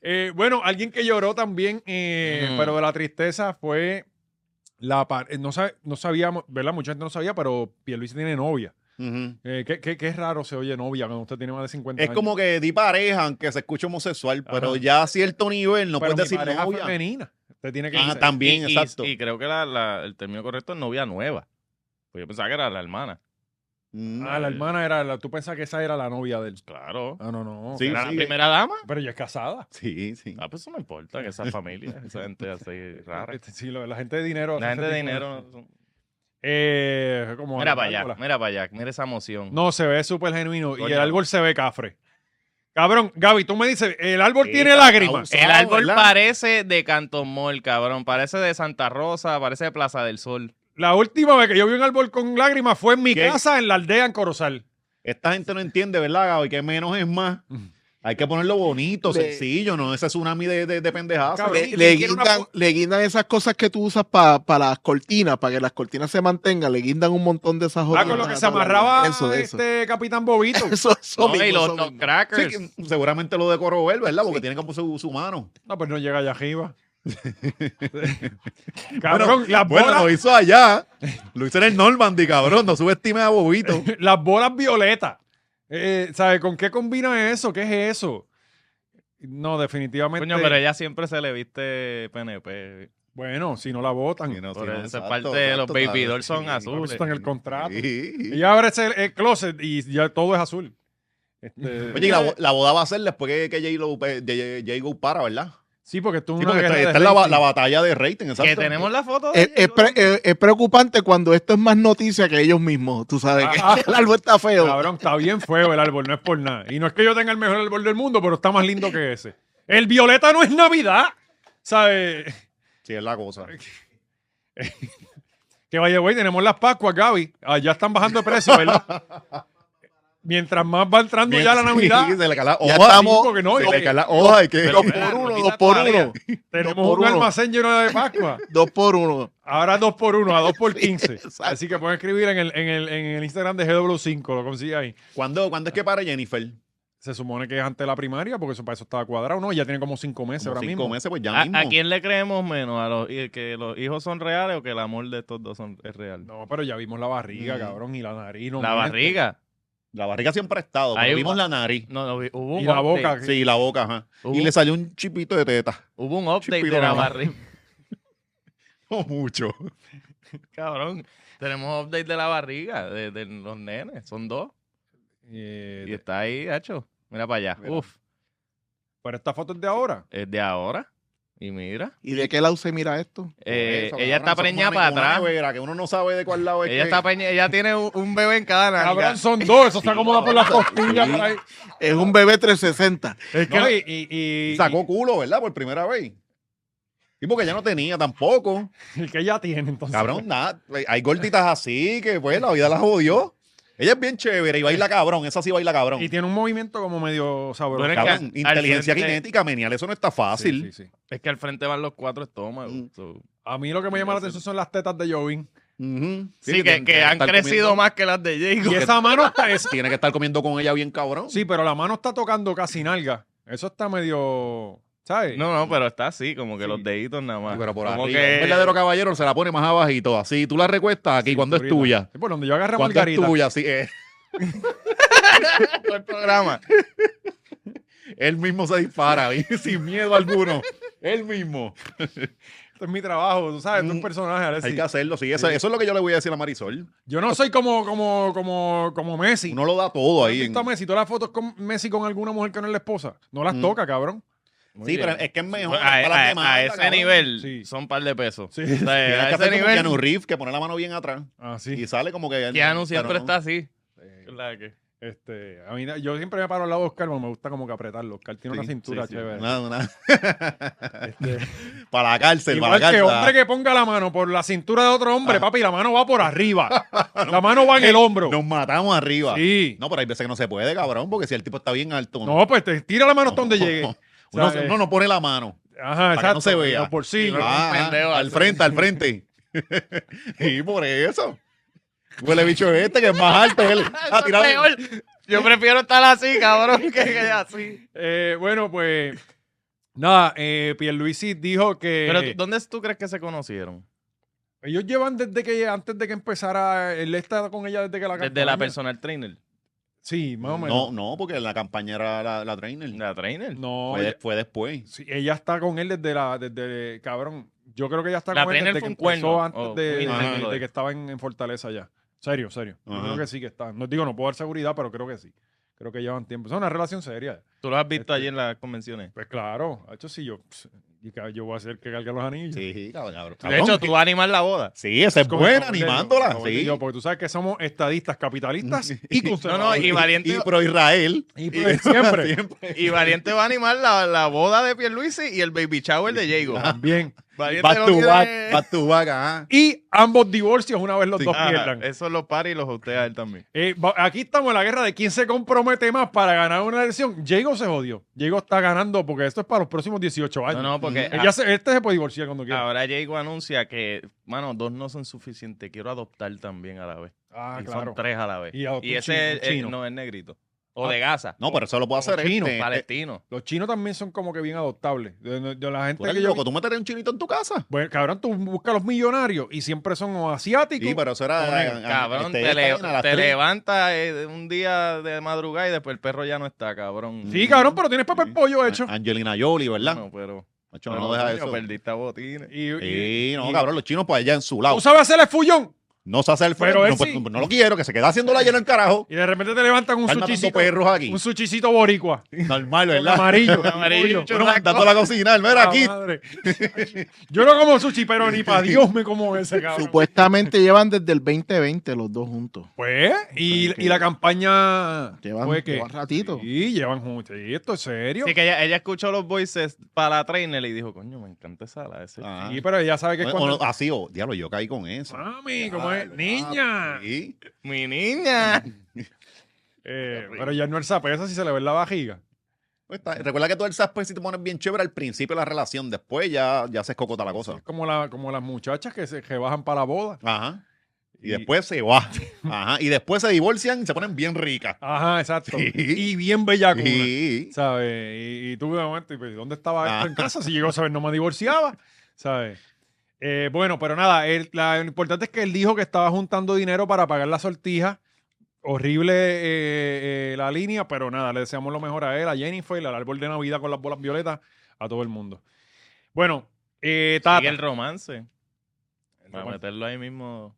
Eh, bueno, alguien que lloró también, eh,
Mm.
pero de la tristeza fue. La par- eh, no, sa- no sabíamos, ¿verdad? Mucha gente no sabía, pero Pierluisi tiene novia.
Ujú.
Eh, qué, qué- qué raro se oye novia cuando usted tiene más de 50
Es
años.
como que di pareja, aunque se escuche homosexual, pero
Ajá.
ya a cierto nivel no
Pero
puedes
mi
decir
pareja
novia.
femenina. Usted tiene que
Ah,
decir-
también,
y,
exacto.
Y creo que la- la- el término correcto es novia nueva. Pues yo pensaba que era la hermana.
Mm.
Ah, la hermana era la. Tú pensás que esa era la novia del.
Claro.
Ah, no, no.
Sí,
¿Era la
sí.
primera dama?
Pero ella es casada.
Sí, sí.
Ah, pues eso no importa, que esa familia, [laughs] esa gente así rara.
Este, Sí, lo- la gente de dinero.
La
hace
gente de
ese tipo
dinero. son-
Eh, como
Mira
el
para allá,
árbol.
mira para allá, mira esa emoción.
No, se ve súper genuino. Y
Coño.
el árbol se ve cafre. Cabrón, Gaby, tú me dices, el árbol
Sí,
tiene
está
lágrimas.
causado.
El árbol
¿verdad?
parece de Cantón Mall, cabrón. Parece de Santa Rosa, parece de Plaza del Sol.
La última vez que yo vi un árbol con lágrimas fue en mi
¿Qué?
casa, en la aldea, en Corozal.
Esta gente no entiende, ¿verdad, Gaby? Que menos es [laughs] más. Hay que ponerlo bonito, sencillo, no ese tsunami de, de, de pendejadas.
Cabrón.
Le,
¿quién
le
quiere una
guindan,
fo-
le guindan esas cosas que tú usas para las cortinas, para que las cortinas se mantengan. Le guindan un montón de esas
Ah,
jodidas
con lo que se
atrás.
amarraba
Eso, eso.
este Capitán Bobito.
Eso, [laughs] eso
No, y
mismo,
los,
eso
los
mismo.
Sí,
crackers.
que seguramente lo decoró él, ¿verdad? Porque tiene como su, su mano.
No, pues no llega allá
[laughs]
arriba. Cabrón, las,
Bueno,
bolas,
lo hizo allá. Lo hizo en el Normandy, cabrón. No subestimes a Bobito.
[laughs] las bolas violetas. Eh, ¿Sabes con qué combina eso? ¿Qué es eso? No, definitivamente.
Coño, pero ella siempre se le viste PNP.
Bueno, si no la votan.
Sí, no, sí,
Por
no,
eso es
exacto,
parte de los
exacto,
baby
claro,
dolls son
sí,
azules.
Eso está en el contrato.
sí.
Ella abre ese- el closet y ya todo es azul. Este,
Oye, y la, bo- la boda va a ser después que, que J-Lo pe- de- de- J-Lo para, ¿verdad?
sí, porque esto es
Sí,
una
porque
guerra
esta,
de
esta es la, ba-
rating.
la batalla de rating, exacto.
Que tenemos la foto de
Es, es pre- es- es preocupante cuando esto es más noticia que ellos mismos. Tú sabes que [laughs]
Ah,
el árbol está feo.
Cabrón, está bien feo el árbol, no es por nada. Y no es que yo tenga el mejor árbol del mundo, pero está más lindo que ese. El violeta no es Navidad. ¿Sabes?
Sí, es la cosa.
Que vaya, güey, tenemos las Pascuas, Gaby. Ah, ya están bajando de precio,
[laughs]
¿verdad? Mientras más va entrando ya la
Sí,
Navidad,
se le cae la
Ya
hoja.
estamos-
digo que no,
se
yo-
le cae la hoja. hay que-
dos por uno, dos por uno.
tenemos
dos por
un
uno.
almacén lleno de Pascua.
Dos por uno.
Ahora dos por uno, a dos por quince.
exacto.
Así que pueden escribir en el, en el, en el Instagram de GW5, lo consigue ahí.
¿Cuándo, ¿Cuándo es que para Jennifer?
Se supone que es antes de la primaria, porque eso para eso estaba cuadrado, ¿no? Ya tiene como cinco meses
Como
ahora
cinco
mismo.
meses, pues ya
¿A,
mismo.
a quién le creemos menos? ¿A los, y que los hijos son reales o que el amor de estos dos son, es real?
No, pero ya vimos la barriga,
Mm.
cabrón, y la nariz. no
la
miente.
barriga.
La barriga siempre ha estado.
Ahí
Pero vimos
va.
la nariz.
No, no, hubo un
Y la
update.
boca.
Sí, y la boca, ajá.
Hubo,
Y
Uh.
le salió un chipito de teta. [laughs]
hubo un update
Chipiro
de la
nomás.
barriga. [laughs]
No Oh, mucho.
Cabrón, tenemos update de la barriga de, de los nenes. Son dos.
Eh,
Y está ahí, hacho. Mira para allá.
Mira.
Uf,
pero esta foto es de ahora.
es de ahora. Y mira.
¿Y de qué lado se mira esto?
Eh,
Eso,
ella
cabrón,
está
eso es
preñada
una-
para
una
atrás.
nevera, que uno no sabe de cuál lado es
Ella,
que-
está peña- ella tiene un, un bebé en cada nalga.
Cabrón, son dos, eso está cómoda por las costillas.
Sí.
ahí.
Es un bebé 360.
Es que
No,
y, y- y-
Sacó culo, ¿verdad? Por primera vez. Y porque ya no tenía tampoco.
y- y que ya tiene, entonces.
Cabrón, nada. Hay gorditas así que, pues, la vida la jodió. Ella es bien chévere y baila cabrón. Esa sí baila cabrón.
Y tiene un movimiento como medio sabroso.
Bueno, es que al-
Cabrón,
al
inteligencia
frente-
genética, menial, eso no está
Sí,
fácil.
sí, sí.
Es que al frente van los cuatro estómagos.
Mm.
so.
A mí lo que me llama la atención son las tetas de Jovin.
Ujú.
Sí,
que
que,
tienen
que han
estar
crecido
comiendo-
más que las de Jacob. [laughs]
Y esa mano está. es-
Tiene que estar comiendo con ella bien cabrón.
sí, pero la mano está tocando casi nalga. Eso está medio. ¿Sabes?
No, no, pero está así, como que
Sí.
los deditos nada más.
Sí, pero por
Como
arriba.
que-
Un verdadero caballero se la pone más abajito. Así tú la recuestas aquí cuando es
Cinturita.
tuya.
Sí, por donde yo agarré a
Cuando es
Margarita.
tuya, eh. así es.
Todo [laughs] el programa.
Él mismo se dispara, y sin miedo alguno.
[laughs]
Él mismo.
Esto Este es mi trabajo, tú sabes, tú un
Mm.
personaje. Alexis.
Hay que hacerlo, sí. Eso,
Sí.
eso es lo que yo le voy a decir a Marisol.
Yo no soy como, como, como, como Messi.
Uno lo da todo
¿Tú has
ahí. en-
visto a Messi? Todas las fotos con Messi con alguna mujer que no es la esposa. No las
Mm.
toca, cabrón.
Muy
Sí,
bien.
pero es que es mejor.
Bueno, a,
para las
a-
demandas,
a ese
cabrón.
nivel
Sí.
son par de pesos.
Sí.
O sea,
Tienes
a
que
ese
hacer como
nivel,
Keanu Reeves, que pone la mano bien atrás.
Ah,
Y
sí.
sale como que...
Keanu siempre
pero no.
está así.
Eh,
La que-
Este, a mí, yo siempre me paro al lado de Oscar, porque me gusta como que apretarlo. Oscar tiene
Sí,
una cintura
sí, sí.
chévere.
Una- una- [laughs] para la cárcel, para la
Igual
cárcel.
que hombre que ponga la mano por la cintura de otro
Ah.
hombre, papi, la mano va por
[laughs]
arriba. La mano va en el hombro.
Nos matamos arriba.
Sí.
No, pero hay veces que no se puede, cabrón, porque si el tipo está bien alto. uno-
No, pues te tira la mano hasta donde [laughs] llegue.
[laughs] Uno,
O sea,
uno no pone la mano.
Ajá,
Para que no
exacto.
se vea.
Los bolsillos.
Ah,
un pendejo
al
hace.
frente, al frente. [laughs] y por eso. Huele bicho este que es más alto.
[laughs]
Él,
Eso
ah,
es
tirado-
peor. Yo prefiero estar así, cabrón, que, que así.
Eh, bueno, pues nada, eh, Pierluisi dijo que
Pero, tú- ¿dónde tú crees que se conocieron?
ellos llevan desde que antes de que empezara, él está con ella desde que la
Desde la
campaña.
personal trainer.
Sí, más o
No,
menos.
no, porque la campaña era la, la trainer.
¿La trainer?
No,
fue,
ella,
de- fue después.
sí, ella está con él desde la, desde, cabrón, yo creo que ella está
La
con él
trainer
desde que
fue un
empezó
cuerno.
antes
Oh,
de,
un
Ajá.
de- de que estaba en, en Fortaleza ya. Serio, serio. Yo
Ajá.
creo que sí que está. No digo, no puedo dar seguridad, pero creo que sí. Creo que llevan tiempo. Es una relación seria.
¿Tú lo has visto
Este-
allí en las convenciones?
Pues claro, ha hecho sí yo. pss, y ca- yo voy a hacer que carguen los anillos.
Sí, cabrón.
De hecho, tú vas a animar la boda.
Sí, esa es
Como-
Pues,
buena,
como-
animándola.
como
Sí.
digo, porque tú sabes que somos estadistas,
[laughs]
capitalistas y
No, no,
conservadores.
y Valiente,
Y pro Israel.
y,
[laughs]
pues, [laughs] siempre.
[laughs] y Valiente va a animar la, la boda de Pierluisi y el baby shower de Diego.
También.
Valiente
Back
lo
to
tiene-
back, back to back, ajá.
Y ambos divorcios una vez los [laughs]
Sí.
dos
Ajá,
pierdan.
Eso los para y los hostea a él también.
Eh, va- aquí estamos en la guerra de quién se compromete más para ganar una elección. Diego se jodió. Diego está ganando porque esto es para los próximos 18 años.
No, Ah, no, porque
Él ya se- este se puede divorciar cuando quiera.
ahora Diego anuncia que, mano, dos no son suficientes. Quiero adoptar también a la vez.
Ah,
y son tres a la vez.
Y
Y,
adopta un chino,
ese
un
es- es-
chino. Ah,
no es negrito. O de Gaza.
No, pero eso lo puedo hacer
chino,
este.
palestino.
Los chinos también son como que bien adoptables. De, de- de la
eh, Tú
gente
eres
que yo-
loco, tú meterías un chinito en tu casa.
Bueno, cabrón, tú buscas los millonarios y siempre son o asiáticos.
Sí, pero eso era.
Ponen,
a- a-
Cabrón,
este,
te,
esta
le-
vaina a las
te
tres.
levanta eh, un día de madrugada y después el perro ya no está, cabrón.
Sí, cabrón, pero tienes papel
Sí. Ah,
pollo hecho.
Angelina Jolie, ¿verdad?
No, pero,
Macho,
pero,
no deja
coño,
eso.
perdiste a botines.
Y, y-
ah, Sí, no,
y-
cabrón, los chinos pues allá en su lado.
Tú sabes hacer el fullón.
No se hace el
Pero
feo,
él
no, pues,
sí.
no lo quiero, que se quede haciendo la llena el carajo.
Y de repente te levantan un
Están matando
suchicito.
perros aquí.
Un suchicito
[laughs]
boricua.
Normal,
El
¿verdad?
amarillo.
Amarillo.
Uy,
Uno mandando a la cocina, mira
la [laughs]
aquí.
madre. Yo no como sushi, pero ni para Dios me como
[laughs]
ese, cabrón.
Supuestamente llevan desde el 2020 los dos juntos.
Pues, y, y la campaña
Llevan,
fue que...
llevan ratito.
Sí, llevan juntos. Sí, esto es serio.
Así que ella, ella escuchó los voices para la trainer y dijo, coño, me encanta esa la ese.
Ah.
Sí, pero ella sabe que es
O- o
cuando...
no, ah, así, o, diablo, yo caí con eso.
Mami, como es...
Diablo,
Niña.
Sí.
Mi niña.
Eh, pero ya no el esa si se le ve la vajiga.
Pues está- recuerda que tú el pues si te pones bien chévere al principio de la relación, después ya, ya se escocota la cosa.
Es como, la, como las muchachas que se que bajan para la boda.
Ajá. Y después se va. Ajá. Y después se divorcian y se ponen bien ricas.
Ajá, exacto.
Sí.
Y bien bellaco.
Sí.
¿Sabes? Y, y tú de momento, y, pues, ¿dónde estaba
Ah.
esto en casa? Si llegó a saber, no me divorciaba. ¿Sabes? Eh, bueno, pero nada, él- la- lo importante es que él dijo que estaba juntando dinero para pagar la sortija. Horrible eh, eh, la línea, pero nada, le deseamos lo mejor a él, a Jennifer, al árbol de Navidad con las bolas violetas, a todo el mundo. Bueno, eh, Tata,
Sigue el romance. Para
romance.
meterlo ahí mismo.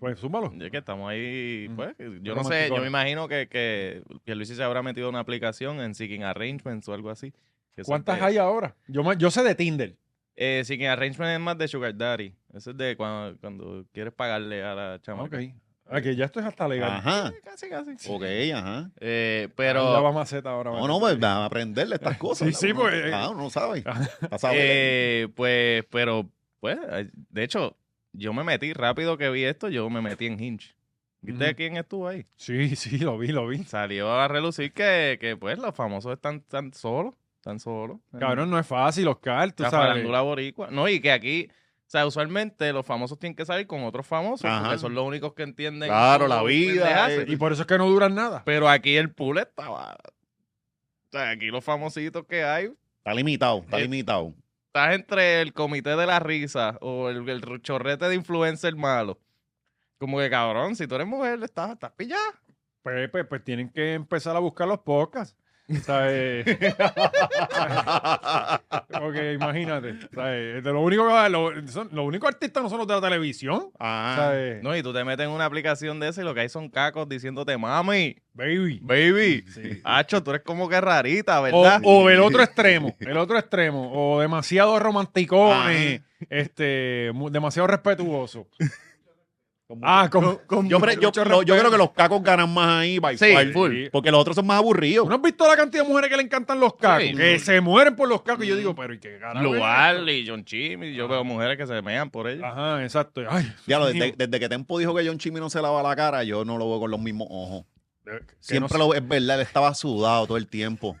pues súmalo.
Ya que estamos ahí,
Ujú.
pues, yo no sé,
Romanticona.
yo me imagino que, que Pierluisi se habrá metido en una aplicación en Seeking Arrangements o algo así. Que eso
¿Cuántas
es-
hay ahora? Yo, me- yo sé de Tinder.
Eh, Seeking Arrangements es más de Sugar Daddy. Eso es de cuando, cuando quieres pagarle a la chama.
Ok. Ah, que ya esto es hasta legal.
Ajá.
Casi, casi.
Ok, ajá.
Eh,
Ya
pero
va maceta ahora.
No,
va.
no, pues a aprenderle estas cosas.
Sí, sí,
Uno-
pues, eh.
Ah, uno no sabe. A
Eh, pues, pero, pues, eh, de hecho, yo me metí rápido que vi esto, yo me metí en Hinge. ¿Viste
Ujú.
quién estuvo ahí?
Sí, sí, lo vi, lo vi.
Salió a relucir que, que pues, los famosos están tan solos, tan solos.
Cabrón, no es fácil, Oscar, tú
la
sabes.
farándula boricua. No, y que aquí, o sea, usualmente los famosos tienen que salir con otros famosos,
Ajá.
porque son los únicos que entienden.
Claro,
cómo
la vida,
pendejas.
eh.
Y por eso es que no duran nada.
Pero aquí el pool estaba... O sea, aquí los famositos que hay,
Está limitado, está
Eh.
limitado.
estás entre el comité de la risa o el, el chorrete de influencer malo. Como que cabrón, si tú eres mujer, estás, estás pillada.
Pues, pues, pues tienen que empezar a buscar los podcasts.
[laughs]
¿sabes? Porque imagínate, ¿sabes? De lo único que va- lo- son- los únicos artistas no son los de la televisión.
Ajá.
¿sabes?
Ah, No, y tú te metes en una aplicación de esa y lo que hay son cacos diciéndote, mami,
Baby.
baby,
Sí.
hacho, tú eres como que rarita,
O,
¿verdad?
o el otro extremo, el otro extremo, o demasiado romántico,
Ajá.
este, mu- demasiado respetuoso.
[laughs] Con mucho-
Ah, como,
Yo, pre- yo-
mucho
lo- yo
respeto.
creo que los cacos ganan más ahí, by
Sí,
far,
full.
porque los otros son más aburridos.
¿Tú [laughs] no has visto la cantidad de mujeres que le encantan los cacos?
Sí.
que se mueren por los cacos. Y yo digo, pero ¿y qué carajo es
Lugar y John Chimmy, yo veo mujeres que se mean por
esto?
ellos.
Ajá, exacto. Ay,
Ya lo-
Dios mío. Eh,
desde, desde que Tempo dijo que John Chimmy no se lava la cara, yo no lo veo con los mismos ojos.
Que
Siempre
no
lo es verdad, él estaba sudado todo el tiempo.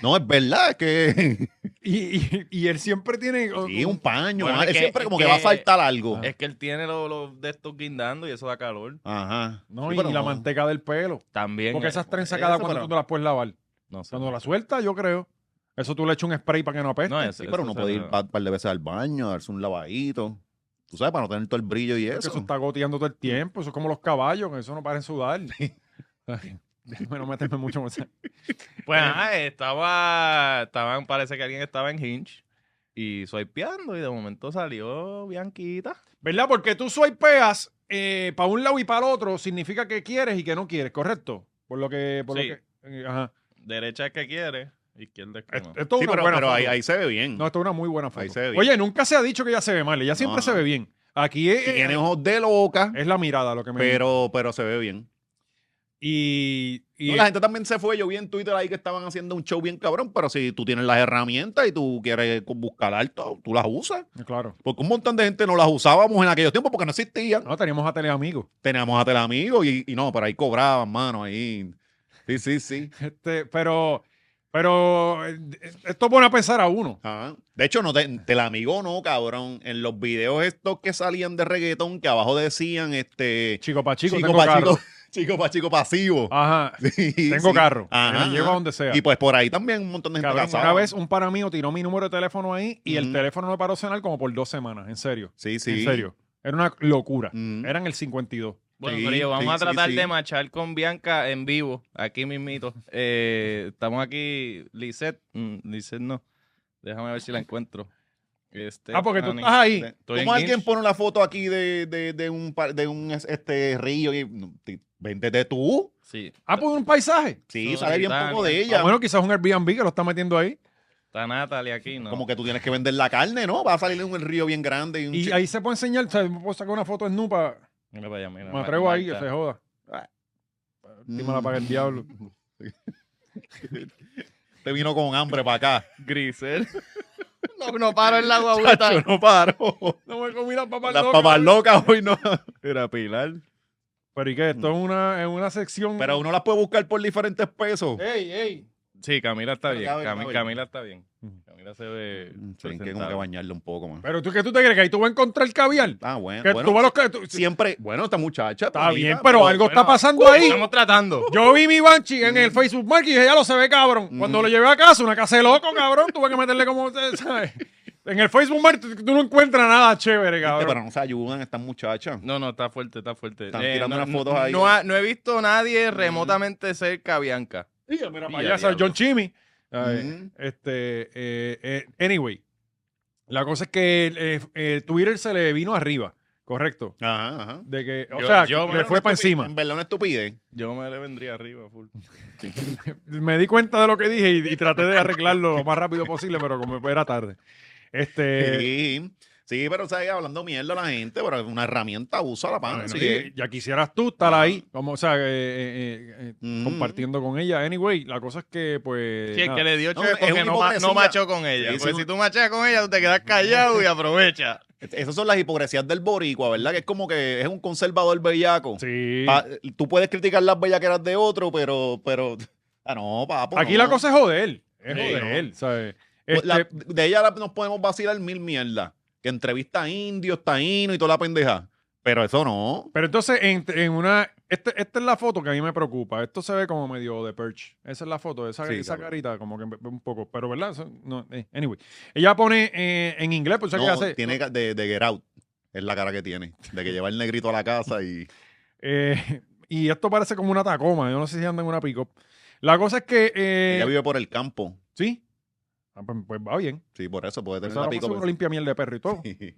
No, es verdad es que
sé. y, y- y él siempre tiene. oh, o-
sí,
un-
un paño,
Bueno,
ah,
es
él
que-
siempre como
es
que,
que-
va a faltar algo.
Es que él tiene los los de estos guindando y eso da calor.
Ajá.
No,
Sí,
y
pero
la manteca del pelo.
También.
Porque
eh,
esas trenzas
eso,
cada cuando
pero-
tú no las puedes lavar.
No sé.
Cuando las sueltas, yo creo. Eso tú le echas un spray para que no apeste.
No, eso-
Sí, pero
eso
uno
se
puede ir
lo-
un par, par de veces al baño, darse un lavadito. Tú sabes, para no tener todo el brillo y
Porque
eso.
eso está goteando todo el tiempo. Eso es como los caballos, que eso no paren sudar. Ay, [laughs] Déjame no meterme mucho en esa-
Pues ajá, estaba, estaban, parece que alguien estaba en Hinge y swipeando y de momento salió Bianquita.
¿Verdad? Porque tú swipeas eh, para un lado y para el otro, significa que quieres y que no quieres, ¿correcto? Por lo que. Por
Sí.
lo que eh, ajá.
Derecha es que quiere, izquierda es que
Esto,
no.
esto es
Sí,
una
pero,
buena
pero ahí,
foto.
ahí se ve bien.
No, esto es una muy buena foto.
Ahí se ve bien.
Oye, nunca se ha dicho que ella se ve mal. Ella siempre
No,
se
no.
ve bien. Aquí es,
Tiene ojos de loca,
es la mirada lo que me.
pero, pero se ve bien.
Y. y-
No, la gente también se fue. Yo vi en Twitter ahí que estaban haciendo un show bien cabrón, pero si tú tienes las herramientas y tú quieres buscar alto, tú las usas.
Claro.
Porque un montón de gente no las usábamos en aquellos tiempos porque no existían.
No, teníamos a Teleamigos.
Teníamos a Teleamigos y, y no, pero ahí cobraban, mano, ahí. Sí, sí, sí.
Este, pero. Pero. eh, Esto pone a pensar a uno.
Ajá. De hecho, no te, Teleamigo no, cabrón. En los videos estos que salían de reggaetón, que abajo decían, este...
Chico pa' chico.
Chico,
tengo
pa'
carro.
chico, [laughs] chico pa' chico pasivo.
Ajá.
[laughs] Sí,
Tengo
sí.
carro.
Ajá,
Me llevo a
ajá.
donde sea.
Y pues por ahí también un montón de gente
Cabrón,
casaba.
una vez un pana mío tiró mi número de teléfono ahí y el
Ujú.
teléfono me paró a cenar como por dos semanas, en serio.
Sí, sí.
En serio. Era una locura.
Ujú.
Eran el 52.
Bueno,
Sí,
Corillo, vamos
sí,
a
sí,
tratar
sí.
de machar con Bianca en vivo, aquí mismito. Eh, estamos aquí, Lisette, mm, Lisette no, déjame ver si la encuentro. Este,
Ah, porque tú
Ani.
estás ahí.
Estoy en
Como alguien
Hinge.
pone una foto aquí de, de, de un, par- de un es- este río y no, te- véndete tú.
Sí,
Ah, pues un paisaje.
Sí,
No,
sale bien
Italia.
poco de
Ah,
ella.
bueno, quizás un Airbnb que lo está metiendo ahí.
está Natalie aquí, ¿no?
Como que tú tienes que vender la carne, ¿no? Va a salir un río bien grande y un
Y
chi-
ahí se puede enseñar, o sea, puedo sacar una foto en nupa.
Mira para allá, mira,
Me atrevo ahí, que
Marta.
se joda.
Ah.
Última la paga el diablo.
Te vino con hambre para acá.
Grisel.
No, no paro en la guaguita.
Chacho, no paro.
[laughs] No me comí las papas
Las
locas.
papas locas hoy no. [laughs]
Era Pilar.
Mm. Pero ¿y qué? Esto es una, es una sección... Eh,
Pero uno las puede buscar por diferentes pesos.
¡Ey, ey!
Sí, Camila está
Pero
bien.
cada vez
Cami-
más bien.
Camila está bien.
Ujú.
Camila se ve.
Eh, Tienen Mm, que como que
presentable.
bañarlo un poco más.
Pero tú que tú te crees que ahí tú vas a encontrar caviar.
Ah, bueno.
Que
bueno,
tú vas a los ca- tú-
Siempre, bueno, esta muchacha.
Está bien, pero algo está pasando ahí.
Estamos tratando.
Yo vi mi Banshee en el Facebook Market y dije, ya lo se ve, cabrón. Cuando
Ujú.
lo llevé a casa, una casa de loco, cabrón, tuve que meterle como, [laughs] ¿sabes? En el Facebook Market tú no encuentras nada chévere,
Pero,
cabrón.
no se ayudan estas muchachas.
No, no, está fuerte, está fuerte.
Están
Eh,
tirando
no,
unas fotos ahí.
No, ha- no he visto nadie remotamente cerca a Bianca.
Mira, mira,
Y
para
ya,
allá, ¿sabes? John
diablo.
Chimmy. Ay,
Ujú.
Este, eh, eh, anyway, la cosa es que eh, eh, Twitter se le vino arriba, correcto.
Ajá, ajá.
De que, o
Yo-
sea,
yo,
le
bueno,
fue
Una
para
estupi-
encima.
En verdad, una estupidez.
Yo me le vendría arriba, full.
me di cuenta de lo que dije y, y traté de arreglarlo lo más rápido posible, pero como era tarde. Este,
[laughs] Sí. Sí, pero ¿sabes? hablando mierda a la gente, pero es una herramienta, usa la pana.
bueno,
sí. eh.
y- ya quisieras tú estar ahí, como, o sea, eh, eh, eh, eh,
Ujú.
compartiendo con ella. Anyway, la cosa es que, pues.
Sí, es
nada.
que le dio
No,
chévere
es
porque
una
no, ma- no
hipocresía.
machó con ella.
Sí, sí,
porque
no-
si tú machas con ella, tú te quedas callado y aprovecha.
Esas son las hipocresías del boricua, ¿verdad? Que es como que es un conservador bellaco.
Sí.
Pa- tú puedes criticar las bellaqueras de otro, pero, pero, ah, no, papo.
Aquí
no.
la cosa es joder. Es
Sí,
joder, ¿sabes?
Pues la-
Este,
de ella la- nos podemos vacilar mil mierda. Que entrevista a indios, taínos y toda la pendeja. Pero eso no.
Pero entonces, en, en una. este- esta es la foto que a mí me preocupa. Esto se ve como medio de perch. Esa es la foto, esa,
Sí,
esa
cabrón.
carita, como que un poco. Pero, ¿verdad? Eso no- eh, anyway. Ella pone eh, en inglés, pues, o sea,
No,
que hace.
tiene ca- de, de get out. Es la cara que tiene. De que lleva el negrito a la casa y.
eh, [laughs] y esto parece como una tacoma. Yo no sé si anda en una pick La cosa es que. eh,
ella vive por el campo.
Sí. Ah, pues, pues va bien.
Sí, por eso puede tener
Esa
la
ropa
pico. pues,
seguro limpia miel de perro y todo.
Sí,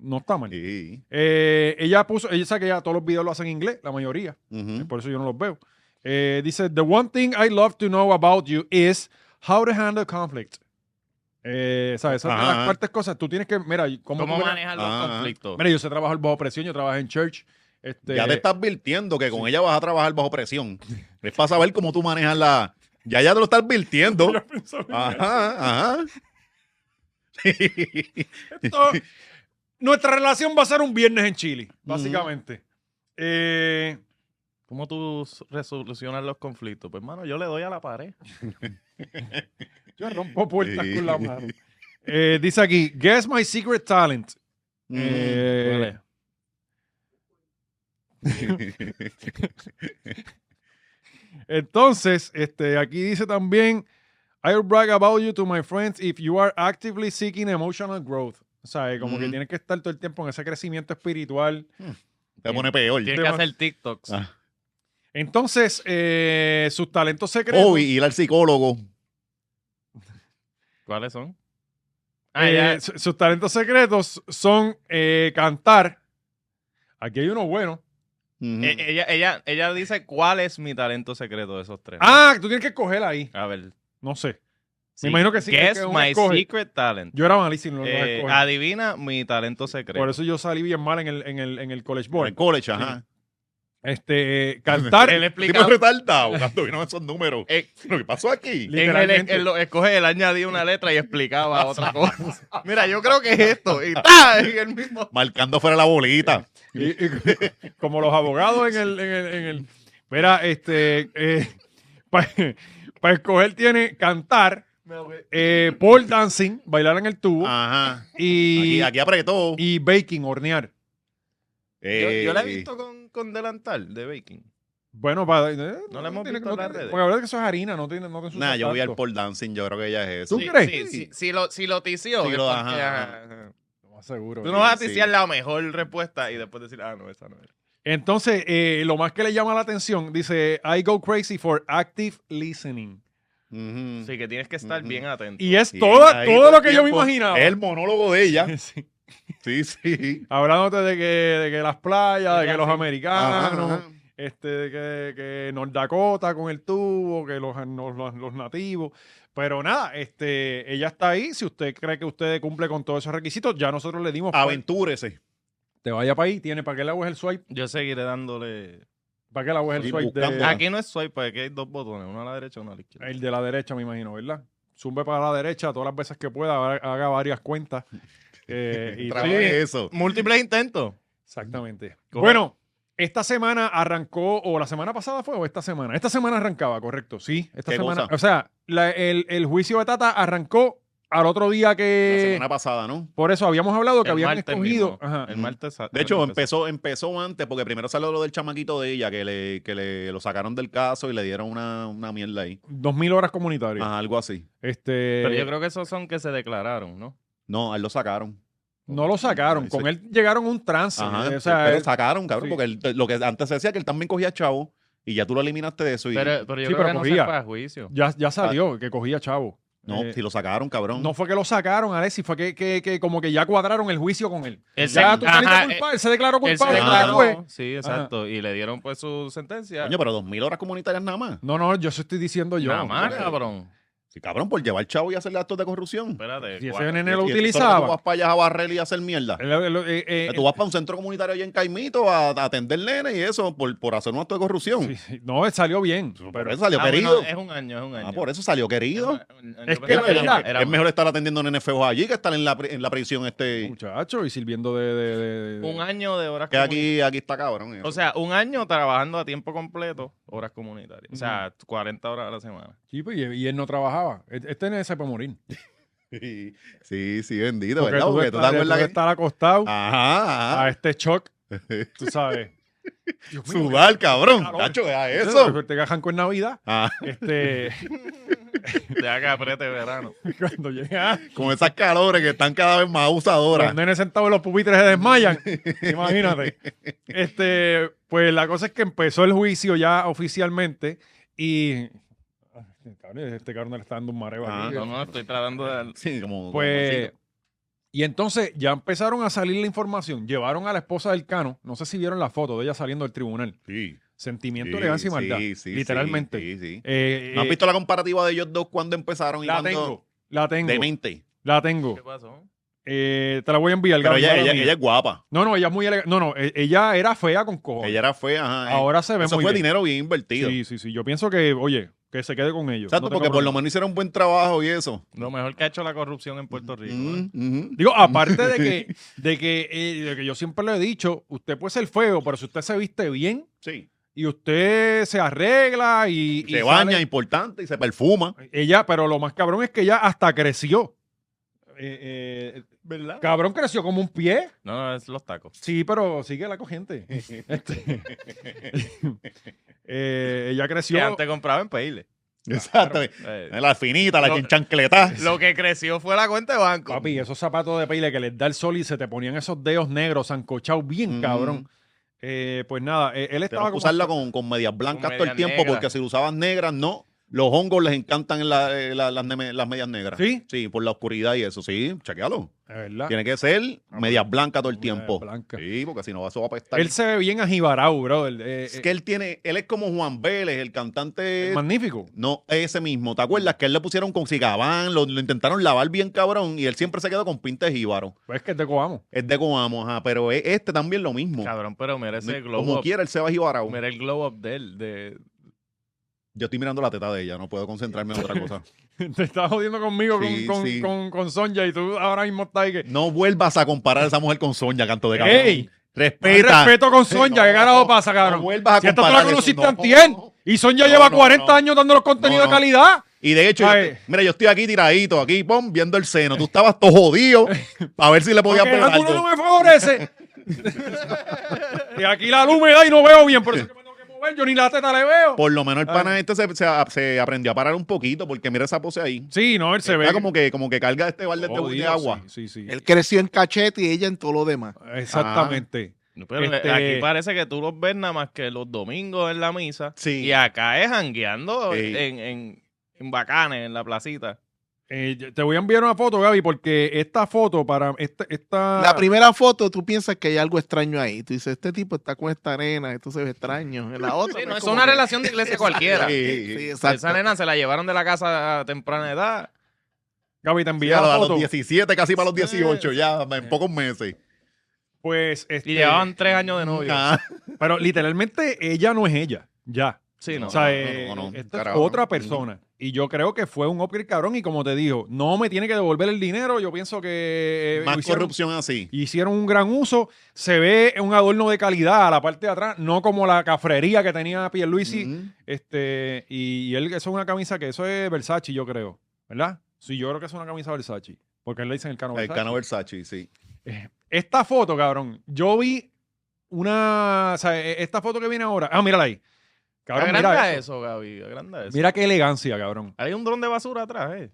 No está mal.
[laughs] sí.
Eh, ella puso. Ella sabe que ya todos los videos lo hacen en inglés, la mayoría.
Ujú.
Por eso yo no los veo. Eh, dice, the one thing I love to know about you is how to handle conflict. Eh, ¿Sabes? Esas son
Ajá.
las partes cosas. Tú tienes que, mira, [laughs] ¿cómo,
¿Cómo
tú manejas?
manejar
Ah.
los conflictos?
Mira, yo sé trabajar bajo presión, yo trabajo en church. Este,
Ya te está advirtiendo que con ella vas a trabajar bajo presión. Es para saber cómo tú manejas la. Ya ya te lo
[laughs]
está advirtiendo. Ajá, ajá.
Esto- nuestra relación va a ser un viernes en Chile, básicamente. Eh,
¿Cómo tú s- resolucionas los conflictos? Pues, mano, yo le doy a la pared.
[laughs] yo rompo puertas
Sí.
con la mano. Eh, dice aquí, guess my secret talent.
Mm. [laughs]
Eh,
¿cuál es?
Entonces, este, aquí dice también, I'll brag about you to my friends if you are actively seeking emotional growth. O sea, eh, como que
Ujú.
tienes que estar todo el tiempo en ese crecimiento espiritual.
Te pone peor.
Tienes que
Tema-
hacer TikToks.
Ah.
Entonces, eh, sus talentos secretos.
Oh, y ir al psicólogo.
¿Cuáles son? Ah,
eh,
ya.
su- sus talentos secretos son eh, cantar. Aquí hay uno bueno.
Ujú.
Eh, ella, ella, ella dice cuál es mi talento secreto de esos tres.
Ah, tú tienes que escoger ahí.
A ver.
No sé.
sí.
imagino que sí,
Guess
que uno
my
escoge.
secret talent.
Yo era malísimo. en los
Eh,
escoger.
adivina mi talento secreto.
Por eso yo salí bien mal en el, en el, en el college
Por
board.
el college, ajá.
Este, eh, cantar.
[laughs] Él
El tipo
explica.
es retardado, cuando vieron esos números.
eh,
Lo que pasó aquí.
en el,
Literalmente.
en lo- escoge, él añadía una letra y
[laughs]
explicaba otra cosa. Mira, yo creo que es esto. Y ¡tá! Y el mismo.
Marcando fuera la
Eh,
bolita.
Y- y- [laughs] como los abogados en el, en el, en el- mira, este, [laughs] para escoger tiene cantar, eh, pole dancing, bailar en el tubo
Ah,
Ajá.
y,
Aquí, aquí apretó.
y baking, hornear.
Yo,
Eh,
yo la he visto con, con delantal de baking.
Bueno, eh, para,
No la hemos visto en las redes.
Porque la verdad es que eso es harina, no tiene, no te ensucia
Nah, yo voy al
tanto.
pole dancing, yo creo que ella es eso.
¿Tú
Sí,
crees?
sí, sí, si lo, si lo tició.
Si
es
lo-
porque,
ajá,
ajá, ajá.
Lo más seguro.
Tú no vas a
Sí,
ticiar
sí.
la mejor respuesta y después decir, ah, no, esa no era.
Entonces, eh, lo más que le llama la atención, dice, I go crazy for active listening.
Ujú.
Sí, que tienes que estar
Mm. Ujú.
bien atento.
Y es
Sí,
toda,
ahí
todo
todo
lo
el
que yo me
tiempo.
imaginaba. [laughs]
El monólogo de ella.
Sí.
Sí, sí.
Hablándote de que, de que las playas, de que los
Sí.
americanos,
Ajá, ajá.
este, de que, que North Dakota con el tubo, que los, los, los- los nativos. Pero nada, este, ella está ahí. Si usted cree que usted cumple con todos esos requisitos, ya nosotros le
Ah,
dimos. pues,
Aventúrese.
te vaya para ahí, tiene para que le hagas el swipe,
Yo seguiré dándole.
para que le hagas el
Sí,
swipe.
buscando.
de-
Ah.
Aquí no es swipe, porque aquí hay dos botones, uno a la derecha y uno a la izquierda.
el de la derecha, me imagino, ¿verdad? Zumbe para la derecha todas las veces que pueda, ha- haga varias cuentas. eh, y
[laughs] Trabaje eso.
Múltiples intentos.
Exactamente.
Coge-
Bueno, Esta semana arrancó, o la semana pasada fue, o esta semana. Esta semana arrancaba, correcto, sí. Esta
¿Qué
semana.
cosa?
O sea, la- el, el juicio de Tata arrancó al otro día
La
que.
semana pasada, ¿no?
Por eso habíamos hablado que
El
habían
martes
escogido.
mismo. Eh.
Ajá.
El martes.
Mm. De hecho,
pues,
empezó, empezó antes, porque primero salió lo del chamaquito de ella, que le, que le lo sacaron del caso y le dieron una, una mierda ahí.
Dos mil horas comunitarias.
Ajá, algo así. Eh,
Este,
Pero yo creo que esos son que se declararon, ¿no?
No, a él lo sacaron.
No lo sacaron.
Ese-
Con él llegaron a un trance.
Ajá.
o sea,
pero
él-
sacaron, cabrón,
sí.
porque él- lo que antes se decía que él también cogía chavo y ya tú lo eliminaste de eso. Y,
Pero, pero yo
Sí,
creo
pero
que no
cogía.
se fue a juicio.
ya, ya salió, que cogía chavo.
no,
Eh,
si lo sacaron, cabrón.
no fue que lo sacaron, Alexis, fue que, que- que como que ya cuadraron el juicio con él.
Él se-
Ya tú saliste
ajá, eh,
culpable, él se declaró
Él se
culpable.
declaró.
ya fue.
Sí, exacto. Y le dieron pues su sentencia.
Coño, pero dos mil horas comunitarias nada más.
No, no, yo eso estoy diciendo yo.
Nada más, cabrón.
Sí, cabrón, por llevar chavo y hacerle actos de corrupción.
Espérate.
Si ese
Eh,
cuatro-
nene lo
Y- y eso es que Tú
utilizaba.
vas para allá a barrer y a hacer mierda.
Él- él- eh, eh,
tú vas para un centro comunitario allá en Caimito a, a atender nene y eso, por, por hacer un acto de corrupción.
sí, sí, no, él salió bien.
Por
Pero
eso salió
Ah, bueno,
querido.
es un año, es un año.
Ah, por eso salió querido.
Es que
Mira,
la verdad,
es- es mejor estar atendiendo nenes feos allí que estar en la, pri- en la prisión este
muchacho, y sirviendo de... de- de- de-
un año de horas
que aquí, aquí está cabrón. eh. eso.
O sea, un año trabajando a tiempo completo, horas comunitarias. O sea, 40 horas a la semana.
Sí, pues, y, y él no trabajaba. Este nene se puede morir.
[laughs] sí, sí, sí, bendito,
Porque
¿verdad?
tú
Porque tú te
estás,
acuerdas
tú
que
estar acostado
Ajá,
a
ajá.
este
[laughs]
shock, tú sabes. Dios mío,
Sudar, cabrón.
calor.
Tacho, deja
Eso,
eso.
Te gajan con Navidad.
Ah,
Este, [laughs]
Ya que apriete
[laughs]
verano.
cuando llega,
con esas calores que están cada vez más
los
usadoras. [laughs]
nenes sentados en los pupitres se desmayan. Imagínate. Este, pues la cosa es que empezó el juicio ya oficialmente y. Ah, cabrón, Este cabrón le está dando un mareo
Ah,
aquí.
No, no, estoy tratando de.
Sí, como,
Pues.
como
Y entonces ya empezaron a salir la información. Llevaron a la esposa del Cano. No sé si vieron la foto de ella saliendo del tribunal.
así. Sí.
Sentimiento,
Sí,
elegancia y
sí,
maldad.
sí, sí,
literalmente.
sí, sí.
Eh,
¿No has
eh,
visto la comparativa de ellos dos cuando empezaron y
la
cuando-
tengo. La tengo.
Demente.
La tengo.
¿Qué pasó?
Eh, te la voy a enviar.
Pero
Gaby,
ella,
mala
ella,
mía.
ella es guapa.
No, no, ella es muy elegante. No, no, e- ella era fea con cojones.
Ella era fea, ajá. eh.
Ahora se ve Pues
Eso
muy
fue
bien.
dinero bien invertido.
Sí, sí, sí. Yo pienso que, oye, que se quede con ellos.
Exacto,
No tengo
porque por lo
problema.
menos hicieron un buen trabajo y eso.
Lo mejor que ha hecho la corrupción en Puerto Rico. ¿eh?
Mm, mhm.
Digo, aparte de
[laughs]
que, de, que, eh, de que yo siempre le he dicho, usted puede ser feo, pero si usted se viste bien
Sí.
y usted se arregla y... y
se baña,
sale-
importante, y se perfuma.
Ella, pero lo más cabrón es que ella hasta creció. Eh, eh,
¿Verdad?
cabrón creció como un pie.
No, no, es los tacos.
Sí, pero sigue la corriente. [laughs] Este, eh, ella creció...
Que antes compraba en Payle.
[laughs] Exacto.
Eh,
La finita, la
Lo-
chinchancleta.
Lo que creció fue la cuenta de banco.
Papi, esos zapatos de peile que les da el sol y se te ponían esos dedos negros, zancochados bien
Mm.
cabrón. Eh, pues nada, eh, él estaba
Tenemos que
como-
usarla con, con medias blancas
Con
todo el
medias
tiempo,
negras.
porque si usaban negras, no. Los hongos les encantan la- eh, la- las, neme- las medias negras.
¿Sí?
Sí, por la oscuridad y eso. Sí, chequealo.
De verdad.
Tiene que ser
Ah,
medias blancas todo el
Una
tiempo.
blanca.
Sí, porque si no, eso va a apestar.
Él se ve bien ajibarao, bro. el- eh,
es
eh,
que él tiene, él es como Juan Vélez, el cantante.
magnífico.
No, ese mismo. ¿Te acuerdas que él le pusieron con cigabán, lo, lo intentaron lavar bien cabrón y él siempre se quedó con pinta de jíbaro?
Pues es que te cobamos.
Es de Coamo, ajá, pero e- este también lo mismo.
Cabrón, pero merece el
No-
glow
Como
up.
quiera, él se va a jibarao.
Mira el glow up de él. De...
Yo estoy mirando la teta de ella, no puedo concentrarme en otra cosa.
[laughs] te estás jodiendo conmigo con-
Sí,
con, con,
sí.
con Sonja y tú ahora mismo estás ahí que...
No vuelvas a comparar a esa mujer con Sonia, canto de cabrón.
¡Ey!
Respeta. Eh,
Respeto con Sonja, ¿qué
No,
carajo pasa, cabrón?
no vuelvas a
si esto tú la
comparar eso,
conociste
no.
antier, y Sonja
No,
lleva
no,
40
no.
años dándonos contenido
No, no.
de calidad.
Y de hecho, yo
Ay.
estoy- mira, yo estoy aquí tiradito, aquí, pom, viendo el seno. Tú estabas
[laughs]
todo jodido a ver si le podía
Porque el
pegar
ángulo
algo.
ah, no me favorece. y aquí la luz me da y no veo bien, por eso es que me tengo que mover, yo ni la teta le veo.
Por lo menos el
Ah.
pana este se, se- se aprendió a parar un poquito, porque mira esa pose ahí.
Sí, no, él se
Está
ve.
Eh, como que, como que carga este balde de- de,
Jodido,
agua.
Sí, sí, sí.
Él creció en cachete y ella en todo lo demás.
Exactamente.
Pero eh,
Este-
aquí parece que tú los ves nada más que los domingos en la misa.
Sí.
Y acá es jangueando
Sí.
en, en, en bacanes, en la placita.
Eh, yo- te voy a enviar una foto, Gaby, porque esta foto para esta, esta
La primera foto, tú piensas que hay algo extraño ahí. Tú dices, este tipo está con esta nena, esto se ve extraño. En la otra,
Sí,
pues,
no, es
como
una
que-
relación de
[laughs]
iglesia cualquiera.
Sí.
Sí, exacto.
Esa nena se la llevaron de la casa a temprana edad.
Gaby te envié
Ya
la
a
foto. Eh.
los 17, casi para los
Sí.
18, ya en pocos meses.
Pues
Y
este, Oh,
llevaban tres años de novio.
Ah,
pero literalmente ella no es ella, ya.
Sí, no.
o sea,
no,
eh,
no, no, no,
esta es
carajo.
otra persona. Y yo creo que fue un upgrade cabrón. Y como te digo, no me tiene que devolver el dinero. Yo pienso que. eh,
Más
hicieron-
corrupción así.
Hicieron un gran uso. Se ve un adorno de calidad a la parte de atrás, no como la cafrería que tenía Pierluisi.
Ujú.
Este, y, y él, eso es una camisa que eso es Versace, yo creo. ¿Verdad? Sí, yo creo que es una camisa Versace. Porque él le dicen el cano
El
Versace. Eh,
Cano Versace, sí.
Esta foto, cabrón. Yo vi una. O sea, e- esta foto que viene ahora. Ah, mírala ahí. Cabrón,
Agranda
mira, eso.
eso, Gaby. Agranda eso.
mira qué elegancia, cabrón.
Hay un dron de basura atrás, eh.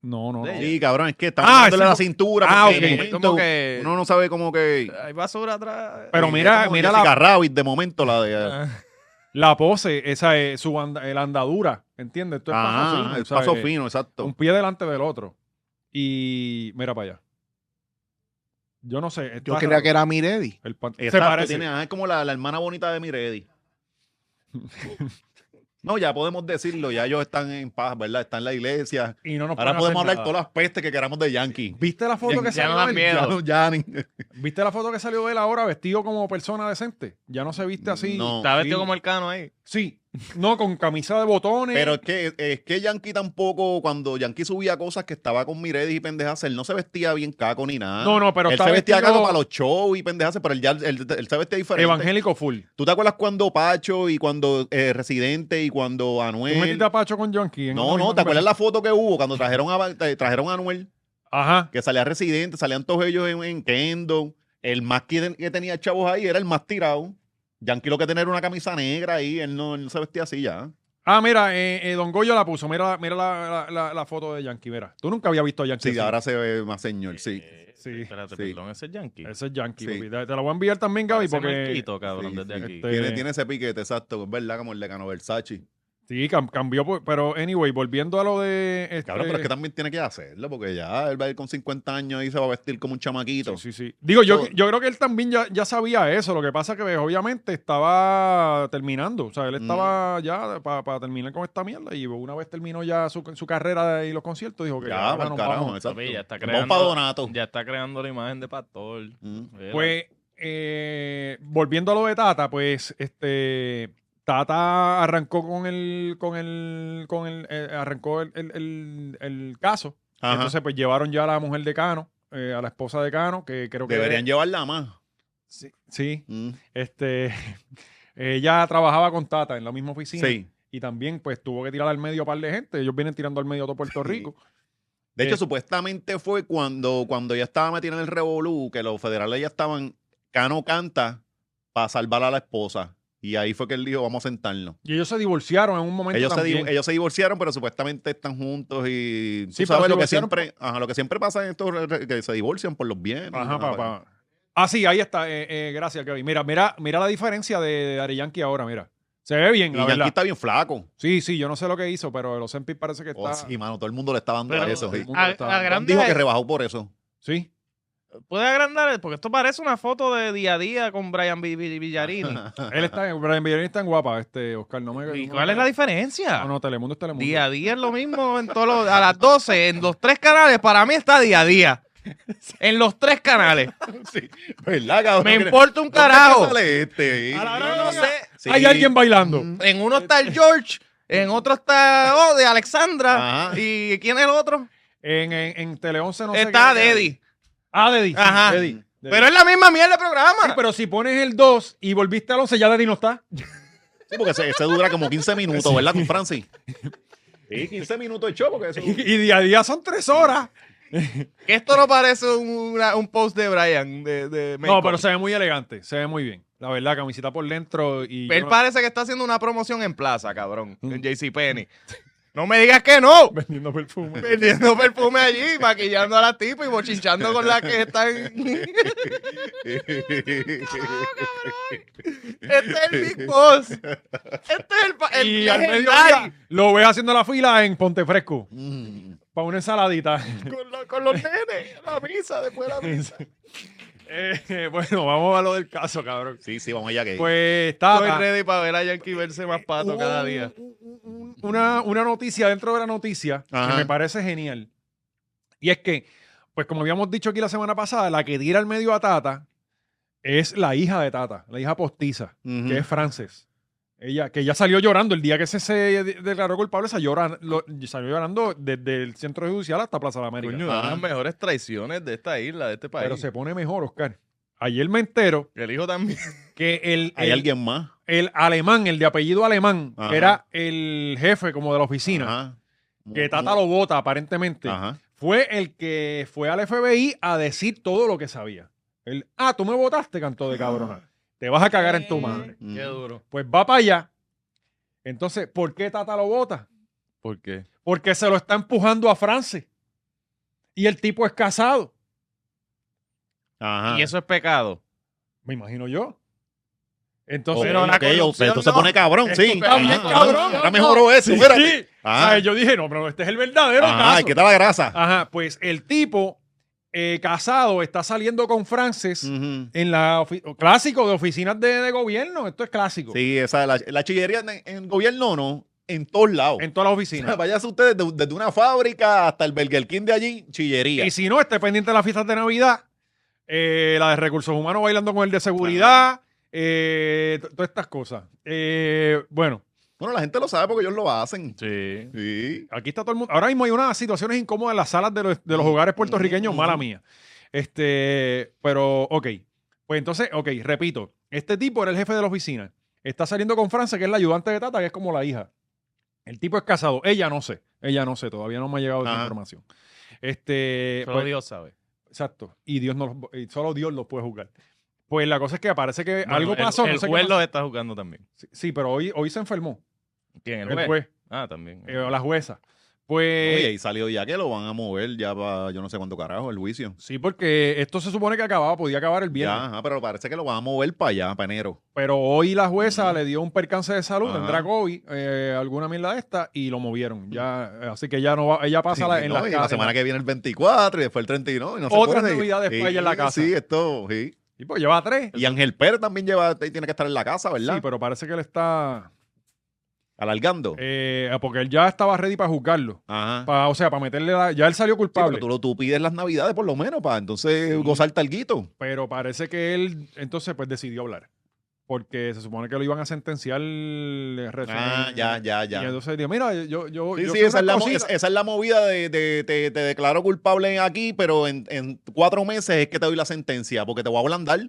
No, no, no.
Sí.
Sí, cabrón, es que está
Eh. Ah,
dándole
sí,
la
porque-
cintura.
Ah,
porque de
ok.
Es
momento
como que.
Uno no sabe cómo que.
Hay basura atrás.
Pero
Sí,
mira-
es como
mira
Jessica Rabbit, de momento, la de.
Ah,
La pose, esa es su anda- la andadura, ¿entiendes? Esto es paso
Ah,
fino,
el
¿sabes?
paso fino, exacto.
Un pie delante del otro. Y mira para allá. Yo no sé.
Yo
está
creía
raro.
que era Miredi.
El pan- Se
Exacto,
parece.
tiene- ah, es como la, la hermana bonita
[laughs]
de Miredi. No, ya podemos decirlo, ya ellos están en paz, ¿verdad? Están en la iglesia.
Y no nos
Ahora
pueden
podemos
hacer
hablar
nada.
todas las pestes que queramos de Yankee.
¿Viste la foto
Ya-
que
ya
salió?
no dan
de él?
miedo.
Ya no, [laughs] ya ni-
¿Viste la foto que salió de él ahora vestido como persona decente? Ya no se viste así.
No.
Está vestido
Sí.
como el cano ahí.
Sí. No, con camisa de botones.
Pero es que, es que Yankee tampoco, cuando Yankee subía cosas que estaba con Miredi y pendejas, él no se vestía bien caco ni nada.
no, no, pero
ah, él
está
se vestía
vestido
caco para los shows y pendejas, pero él ya él, él se vestía diferente.
evangélico full.
¿Tú te acuerdas cuando Pacho y cuando eh, Residente y cuando
¿Tú
Anuel?
metiste a Pacho con Yankee? en
No,
una
no,
misma
¿te
conversación?
acuerdas la foto que hubo cuando trajeron a, eh, trajeron a Anuel?
Ajá.
Que salía Residente, salían todos ellos en, en Kendo. El más que, que tenía chavos ahí era el más tirado. Yankee lo que tenía era una camisa negra ahí, él no, él no se vestía así ya.
Ah, mira, eh, eh, Don Goyo la puso. Mira, mira la, la- la- la foto de Yankee, mira. Tú nunca habías visto a Yankee.
Sí,
así.
ahora se ve más señor, sí.
Eh,
Sí.
Espérate,
Sí.
perdón, ese es Yankee.
Ese es Yankee.
Sí.
papi. Te, te la voy a enviar también, Gaby,
Ese
porque...
marquito, cabrón,
Sí,
desde
sí.
aquí.
Este-
Tiene, tiene ese piquete, exacto, es verdad, como el de Cano Versace.
Sí, cam- cambió. por- Pero, anyway, volviendo a lo de... este-
Cabrón, pero es que también tiene que hacerlo, porque ya él va a ir con 50 años y se va a vestir como un chamaquito.
Sí, sí, sí. Digo, yo,
Todo.
yo creo que él también ya, ya sabía eso. Lo que pasa que pues, obviamente estaba terminando. O sea, él
Mm.
estaba ya para terminar con esta mierda. Y una vez terminó ya su, su carrera y los conciertos, dijo que
Ya,
ahora
para el
nos
carajo,
vamos.
exacto.
Papi, ya está
Vamos
creando-
para Donato.
Ya está creando la imagen de pastor.
Mm.
Mira.
Pues, eh, volviendo a lo de Tata, pues, este. Tata arrancó con el. con el. con el. eh, arrancó el, el- el- el caso.
Ajá.
Entonces, pues llevaron ya a la mujer de Cano, eh, a la esposa de Cano, que creo que.
Deberían llevarla más.
Sí. sí.
Mm.
Este, [laughs] ella trabajaba con Tata en la misma oficina
Sí.
y también pues tuvo que tirar al medio a par de gente. Ellos vienen tirando al medio a todo Puerto
Sí.
Rico.
De hecho,
Eh.
supuestamente fue cuando, cuando ya estaba metida en el revolú, que los federales ya estaban, Cano canta para salvar a la esposa. Y ahí fue que él dijo, vamos a sentarnos.
Y ellos se divorciaron en un momento
Ellos se,
también.
di- ellos se divorciaron, pero supuestamente están juntos y tú
Sí, pero se
sabes lo que,
divorciaron
siempre, ajá, lo que siempre pasa en estos re- re- que se divorcian por los bienes.
Ajá,
Ah,
pa- pa-
bueno.
Ah, sí, ahí está. eh, eh, gracias, Kevin. Mira, mira, mira la diferencia de, de Ari Yankee ahora, mira. Se ve bien,
Y
la
Yankee
verdad.
está bien flaco.
Sí, sí, yo no sé lo que hizo, pero los Empi parece que está.
Oh, sí, mano, todo el mundo le está dando a
Pero-
eso.
Todo
sí.
el mundo
A,
está-
a grande
Dijo que rebajó por eso.
Sí.
¿Puedes agrandar? Porque esto parece una foto de día a día con Brian Vi-
[laughs]
Vi- Villarini.
Él está en, Brian Villarini está en guapa, este Oscar. No me,
¿Y
no
cuál
me- Ah,
es la diferencia?
No, no, Telemundo es Telemundo.
Día a día es lo mismo en todos los- a las 12, en los tres canales, para mí está día a día. En los tres
[laughs]
canales.
¿Verdad, cabrón?
Me
Mira,
importa un
¿dónde es que
carajo.
sale este?
A la hora
Yo no sé.
Sí.
Hay alguien bailando.
Mm.
En uno está el George, en otro está oh, de Alexandra.
Ajá.
¿Y quién es el otro?
En, en, en Tele 11 no sé.
está
qué-
Deddy.
Ah, Deddy. sí,
Ajá.
Deddy, Deddy.
Pero es la misma mierda de programa.
Sí, pero si pones el 2 y volviste al 11, ya Daddy no está.
Sí, porque ese, ese dura como 15 minutos, ¿verdad, tú, Francis? Sí, 15 minutos de show, porque eso...
Y, y día a día son 3 horas.
Que esto no parece un, una- un post de Brian. De, de
No,
Makeup.
pero se ve muy elegante. Se ve muy bien. La verdad, camiseta por dentro y.
Él
yo- Mm.
parece que está haciendo una promoción en Plaza, cabrón. En JCPenney. No me digas que no.
Vendiendo perfume.
Vendiendo perfume allí, maquillando a la tipa y bochinchando con la que está en... Este es el Big Boss. Este es el, pa- [laughs] el
y al medio
legendario.
lo ves haciendo la fila en Ponte Fresco.
[laughs] Mm.
Para una ensaladita. [laughs]
con, lo- con los nenes. La misa, después de la misa.
Eh, bueno, vamos a lo del caso, cabrón.
Sí, sí, vamos allá que...
Pues
Estoy
Tata.
ready para ver a Yankee verse más pato
hubo
cada
un-
día.
un- un- Una, una noticia dentro de la noticia
Ajá.
que me parece genial. Y es que, pues como habíamos dicho aquí la semana pasada, la que tira al medio a Tata es la hija de Tata, la hija postiza,
Ujú.
que es Frances. Ella, que ella salió llorando el día que se, se de- declaró culpable, salió, llora- lo- salió llorando desde el centro judicial hasta Plaza de la América.
Coño, una de las mejores traiciones de esta isla, de este
Pues
país.
ah. Pero se pone mejor, Oscar. Ayer me entero
El hijo también.
que el,
Hay
el-
alguien más.
el alemán, el de apellido alemán,
Ajá.
que era el jefe como de la oficina,
Ajá.
que Tata lo vota aparentemente,
Ajá.
fue el que fue al FBI a decir todo lo que sabía. El, ah, tú me votaste, cantó de cabrona. Te vas a cagar en tu madre.
Mm.
Qué duro.
Pues va para allá. Entonces, ¿por qué Tata lo vota?
¿Por qué?
Porque se lo está empujando a France. Y el tipo es casado,
Ajá.
Y eso es pecado.
me imagino yo. Entonces,
oh, Entonces,
Pero una corrupción
esto se
no.
pone cabrón,
Esto
sí.
está bien
Ajá.
cabrón.
Ahora mejoró eso,
Sí,
espérate.
sí.
Ah.
¿Sabes? Yo dije, no, pero este es el verdadero
Ajá,
caso.
¿qué tal la grasa?
Ajá, pues el tipo eh, casado está saliendo con Frances
Ujú.
en la ofi- clásico de oficinas de, de gobierno. Esto es clásico.
Sí, esa, la, la chillería en, en gobierno no, en todos lados.
En todas las
O sea,
oficinas.
[laughs] váyase ustedes de- desde una fábrica hasta el Burger King de allí, chillería.
y si no, esté pendiente de las fiestas de Navidad, eh, la de recursos humanos bailando con el de seguridad, eh, t- todas estas cosas. Eh, bueno,
Bueno, la gente lo sabe porque ellos lo hacen.
Sí.
Sí.
aquí está todo el mundo. Ahora mismo hay unas situaciones incómodas en las salas de los, de los hogares puertorriqueños,
Ujú.
mala mía. Este, pero, ok. Pues entonces, ok, repito. Este tipo era el jefe de la oficina. Está saliendo con Francia, que es la ayudante de Tata, que es como la hija. El tipo es casado. Ella no sé. Ella no sé. Todavía no me ha llegado esa
Ajá.
información. Este,
Solo
pues,
Dios sabe.
exacto. Y Dios no los- y solo Dios los puede juzgar. Pues la cosa es que parece que
Bueno,
algo
el-
pasó.
El,
no sé qué
juez
pasó.
lo está jugando también.
Sí, Sí, pero hoy, hoy se enfermó.
¿Quién?
El juez.
Ah, también.
eh, o la jueza. Pues.
Oye, y salió ya que lo van a mover ya para yo no sé cuánto carajo el juicio.
Sí, porque esto se supone que acababa, podía acabar el viernes.
Ya, ajá, pero parece que lo van a mover para allá, para enero.
Pero hoy la jueza
Ujú.
le dio un percance de salud,
Ajá.
tendrá COVID, eh, alguna mierda de esta, y lo movieron. Ya, eh, así que ya no va, ella pasa la-
Sí,
en
no,
las
y
casas.
semana que viene el 24 y después el 31. Y no se
Otras
puede.
navidades
Sí,
para ella en la casa.
Sí, esto, sí.
Y pues lleva tres.
Y Ángel Pérez también lleva, tiene que estar en la casa, ¿verdad?
Sí, pero parece que él está.
Alargando.
eh, porque él ya estaba ready para juzgarlo.
Ajá.
Pa- o sea, para meterle la. Ya él salió
Sí, pero
culpable.
tú, lo, tú pides las navidades por lo menos para entonces gozar talguito.
Pero parece que él entonces pues decidió hablar. Porque se supone que lo iban a sentenciar. eh, re-
Ah, ya, ya, ya.
Y entonces dijo, mira, yo, yo,
Sí,
Pues, yo
sí,
quiero
esa es,
una
la, mo-
cosita".
esa- esa es la movida de, de- te, te declaro culpable aquí, pero en, en cuatro meses es que te doy la sentencia, porque te voy a ablandar.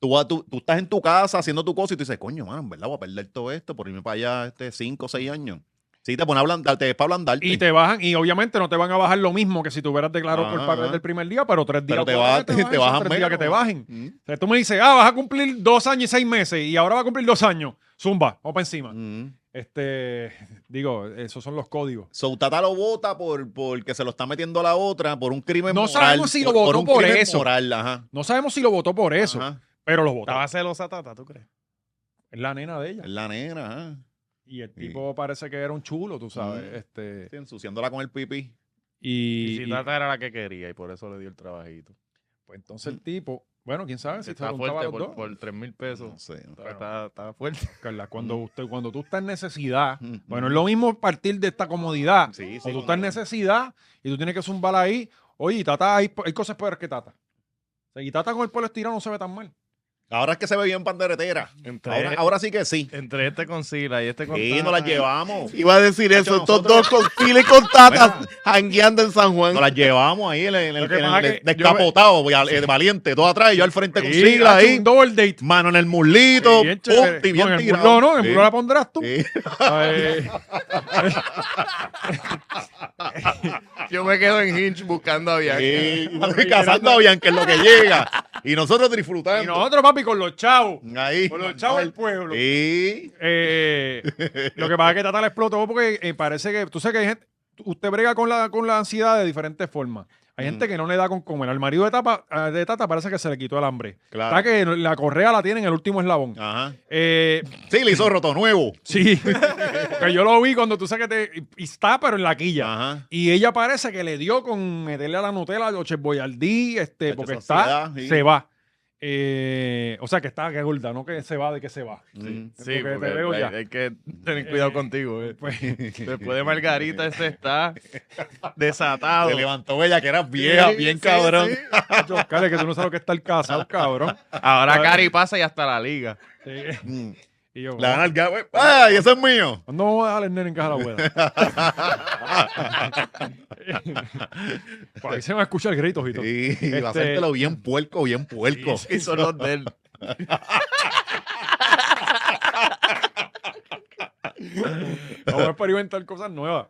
Tú, vas- tú, tú estás en tu casa haciendo tu cosa y tú dices, coño, mano, en verdad voy a perder todo esto por irme para allá este cinco o seis años. Sí, te pone a ablandar, te es para ablandarte.
Y te bajan, y obviamente no te van a bajar lo mismo que si te hubieras declarado
Ajá,
culpable
ajá.
del primer día, pero tres días.
Ah, pero te,
cuatro
va-
días
[laughs] te,
bajan, son
bajan
tres
menos.
días que te bajen.
Mm,
O sea, tú me dices, ah, vas a cumplir dos años y seis meses, y ahora va a cumplir dos años. Zumba, vamos para encima.
mm.
Este, digo, esos son los códigos.
So, Tata lo vota por, porque se lo está metiendo a la otra por un crimen
No
moral.
sabemos si lo
por-
votó
un
por
crimen
eso.
moral, ajá.
No sabemos si lo votó por eso,
Ajá. Ah.
pero lo votó.
Estaba celosa Tata, ¿tú crees?
Es la nena de ella.
Es la nena, ajá.
Y el
Sí.
tipo parece que era un chulo, tú sabes.
Ujú.
Este,
Sí, ensuciándola con el pipí.
y,
Y, si
y-
Tata era la que quería y por eso le dio el trabajito.
pues entonces el tipo, bueno, quién sabe si se
Está
juntaba los
fuerte
dos.
por, por 3 mil
No
pesos.
sé, no
Está- Está, está fuerte.
Carla,
Mm.
cuando, usted, cuando tú estás en necesidad,
Ujú.
bueno, es lo mismo partir de esta comodidad.
Sí,
o
sí,
tú estás en
no.
necesidad y tú tienes que zumbar ahí. Oye, y Tata, hay, hay cosas peores que Tata. O sea, y Tata con el pelo estirado no se ve tan mal.
Ahora es que se ve bien panderetera.
Entre,
Ahora, ahora sí que sí.
entre este con Sila y este con
Sí,
Tata.
nos las llevamos.
Iba a decir eso, estos
nosotros-
dos con Chile y con Tata jangueando en San Juan.
Nos las llevamos ahí en el, en el-
Lo que
en el-
pasa es que
descapotado, voy al- eh, valiente, todo atrás y yo al frente con
Sí,
sigla
hace
ahí.
Un double date.
Mano en el muslito.
Bien
pum,
chévere.
y bien
no, en el
tirado.
muro no, en el
Sí,
muro la pondrás tú.
[laughs] sí.
[laughs] Ay,
Yo me quedo en Hinch buscando a Bianca.
Sí, y Cazando a Bianca es lo que llega. Y nosotros disfrutando.
y nosotros, papi, con los chavos.
ahí.
Con los chavos del pueblo.
Sí.
Eh, lo que pasa es que Tata la explotó porque eh, parece que, tú sabes que hay gente, usted brega con la, con la ansiedad de diferentes formas. Hay
Mm.
gente que no le da con comer. Al marido de, Tapa- eh, de Tata parece que se le quitó el hambre.
Claro.
Está que la correa la tiene en el último eslabón.
Ajá.
Eh,
Sí, le hizo roto nuevo.
sí, porque yo lo vi cuando tú sabes que te, y está pero en la quilla.
Ajá.
Y ella parece que le dio con meterle a la Nutella de Oche Boyardí, este,
Chacho,
porque
esa
está,
ansiedad, sí.
se va. Eh, o sea, que está que gorda, no que se va de que se va.
Mm.
Sí,
Porque te
porque
veo
hay,
ya.
hay que tener cuidado
Eh,
contigo. eh.
Pues,
[laughs] Después de Margarita, ese está
[laughs]
desatado.
Se levantó ella que era vieja,
Sí,
bien
sí,
cabrón.
sí.
[laughs] Chacho, Oscar, es que tú no sabes lo que está el casado, cabrón.
Ahora Cari pasa y hasta la liga.
Eh,
Mm.
Y yo,
La nalga, güey. ¡Ay, ese es mío!
¿cuándo vamos a dejar el nene en casa de la abuela? [laughs] Por ahí se van a escuchar gritos y todo.
Sí, va a
Este-
hacértelo bien puerco, bien puerco.
Y
[laughs]
son los de él.
Vamos a experimentar cosas nuevas.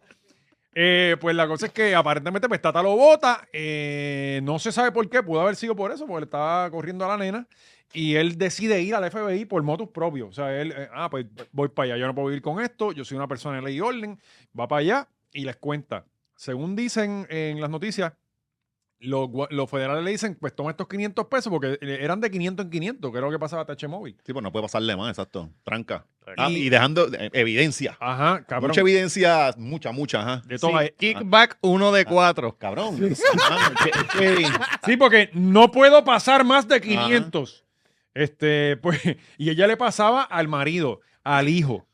Eh, pues la cosa es que aparentemente pues Tata lo bota. eh, no se sabe por qué. Pudo haber sido por eso, porque le estaba corriendo a la nena. Y él decide ir al FBI por motus propios. O sea, él, eh, ah, pues voy para allá. Yo no puedo vivir con esto. Yo soy una persona de ley y orden. Va para allá y les cuenta. Según dicen en las noticias, los, gua- los federales le dicen, pues toma estos 500 pesos, porque eh, eran de 500 en 500, que era lo que pasaba a Tache Móvil.
Sí, pues no puede pasarle más, exacto. Tranca. Ah, y dejando eh, evidencia.
Ajá, cabrón.
Mucha evidencia, mucha, mucha, ajá.
de todo ahí.
Ah.
Kickback 1 de 4.
Cabrón. [laughs] Mano, qué- qué-
[laughs] Sí, porque no puedo pasar más de 500. Este, pues, y ella le pasaba al marido, al hijo.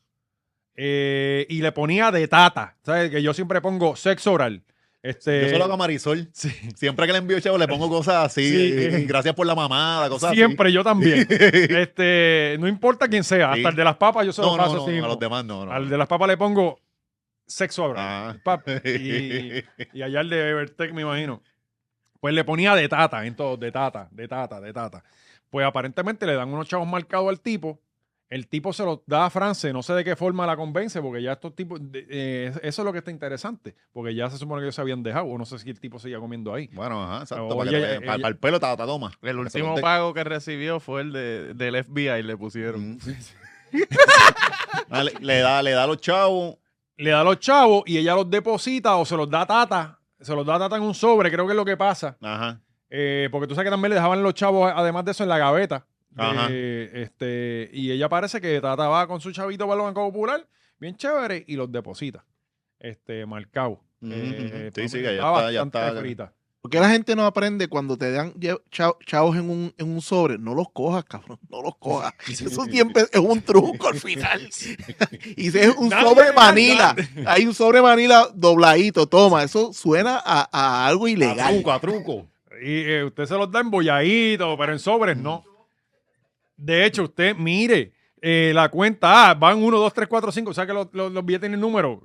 Eh, y le ponía de tata. ¿Sabes? Que yo siempre pongo sexo oral. Este,
Yo solo hago a Marisol.
sí,
Siempre que le envío chavo le pongo cosas así.
Sí.
eh, gracias por la mamada, cosas
siempre, yo
[laughs]
también. Este, no importa quién sea,
Sí.
hasta el de las papas yo
así.
se lo
No,
paso
no, no,
así
no,
mismo.
a los demás no. no.
Al
[laughs]
de las papas le pongo sexo oral.
Ah. [laughs]
Pap, y, y allá el de Evertech, me imagino. Pues le ponía de tata, en todo, de tata, de tata, de tata. Pues aparentemente le dan unos chavos marcados al tipo. El tipo se los da a France, no sé de qué forma la convence, porque ya estos tipos. de- eh, eso es lo que está interesante, porque ya se supone que ellos se habían dejado, o no sé si el tipo seguía comiendo ahí.
Bueno, ajá, exacto.
Oye,
para, que te
eh,
vean. Pa-
eh,
para el pelo, tata, toma.
El último pago que recibió fue el de, del FBI, le
Mm.
pusieron.
[laughs] Ah, le, le da, le da a los chavos.
Le da a los chavos y ella los deposita o se los da a tata, se los da a tata en un sobre, creo que es lo que pasa.
Ajá.
Eh, porque tú sabes que también le dejaban los chavos, además de eso, en la gaveta. De-
Ajá.
este, y ella parece que Tata va con su chavito para el Banco Popular, bien chévere, y los deposita. Este, marcado.
Ujú,
Eh,
Mm, ujú. Sí,
pues,
sí, que ya
estaba
está, ya
bastante
está.
frita.
¿Por qué la gente no aprende cuando te dan lle- chao- chavos en un, en un sobre? No los cojas, cabrón, no los cojas. Eso siempre es un truco
[laughs]
al final. y si es un
Nadie
sobre
le da
manila. Hay un sobre manila dobladito, toma. Eso suena a, a algo
A
ilegal.
truco, a truco.
Y eh, usted se los da embolladitos, pero en sobres no. De hecho, usted mire eh, la cuenta. Ah, van 1, 2, 3, 4, 5. O sea que los, los- los billetes tienen número.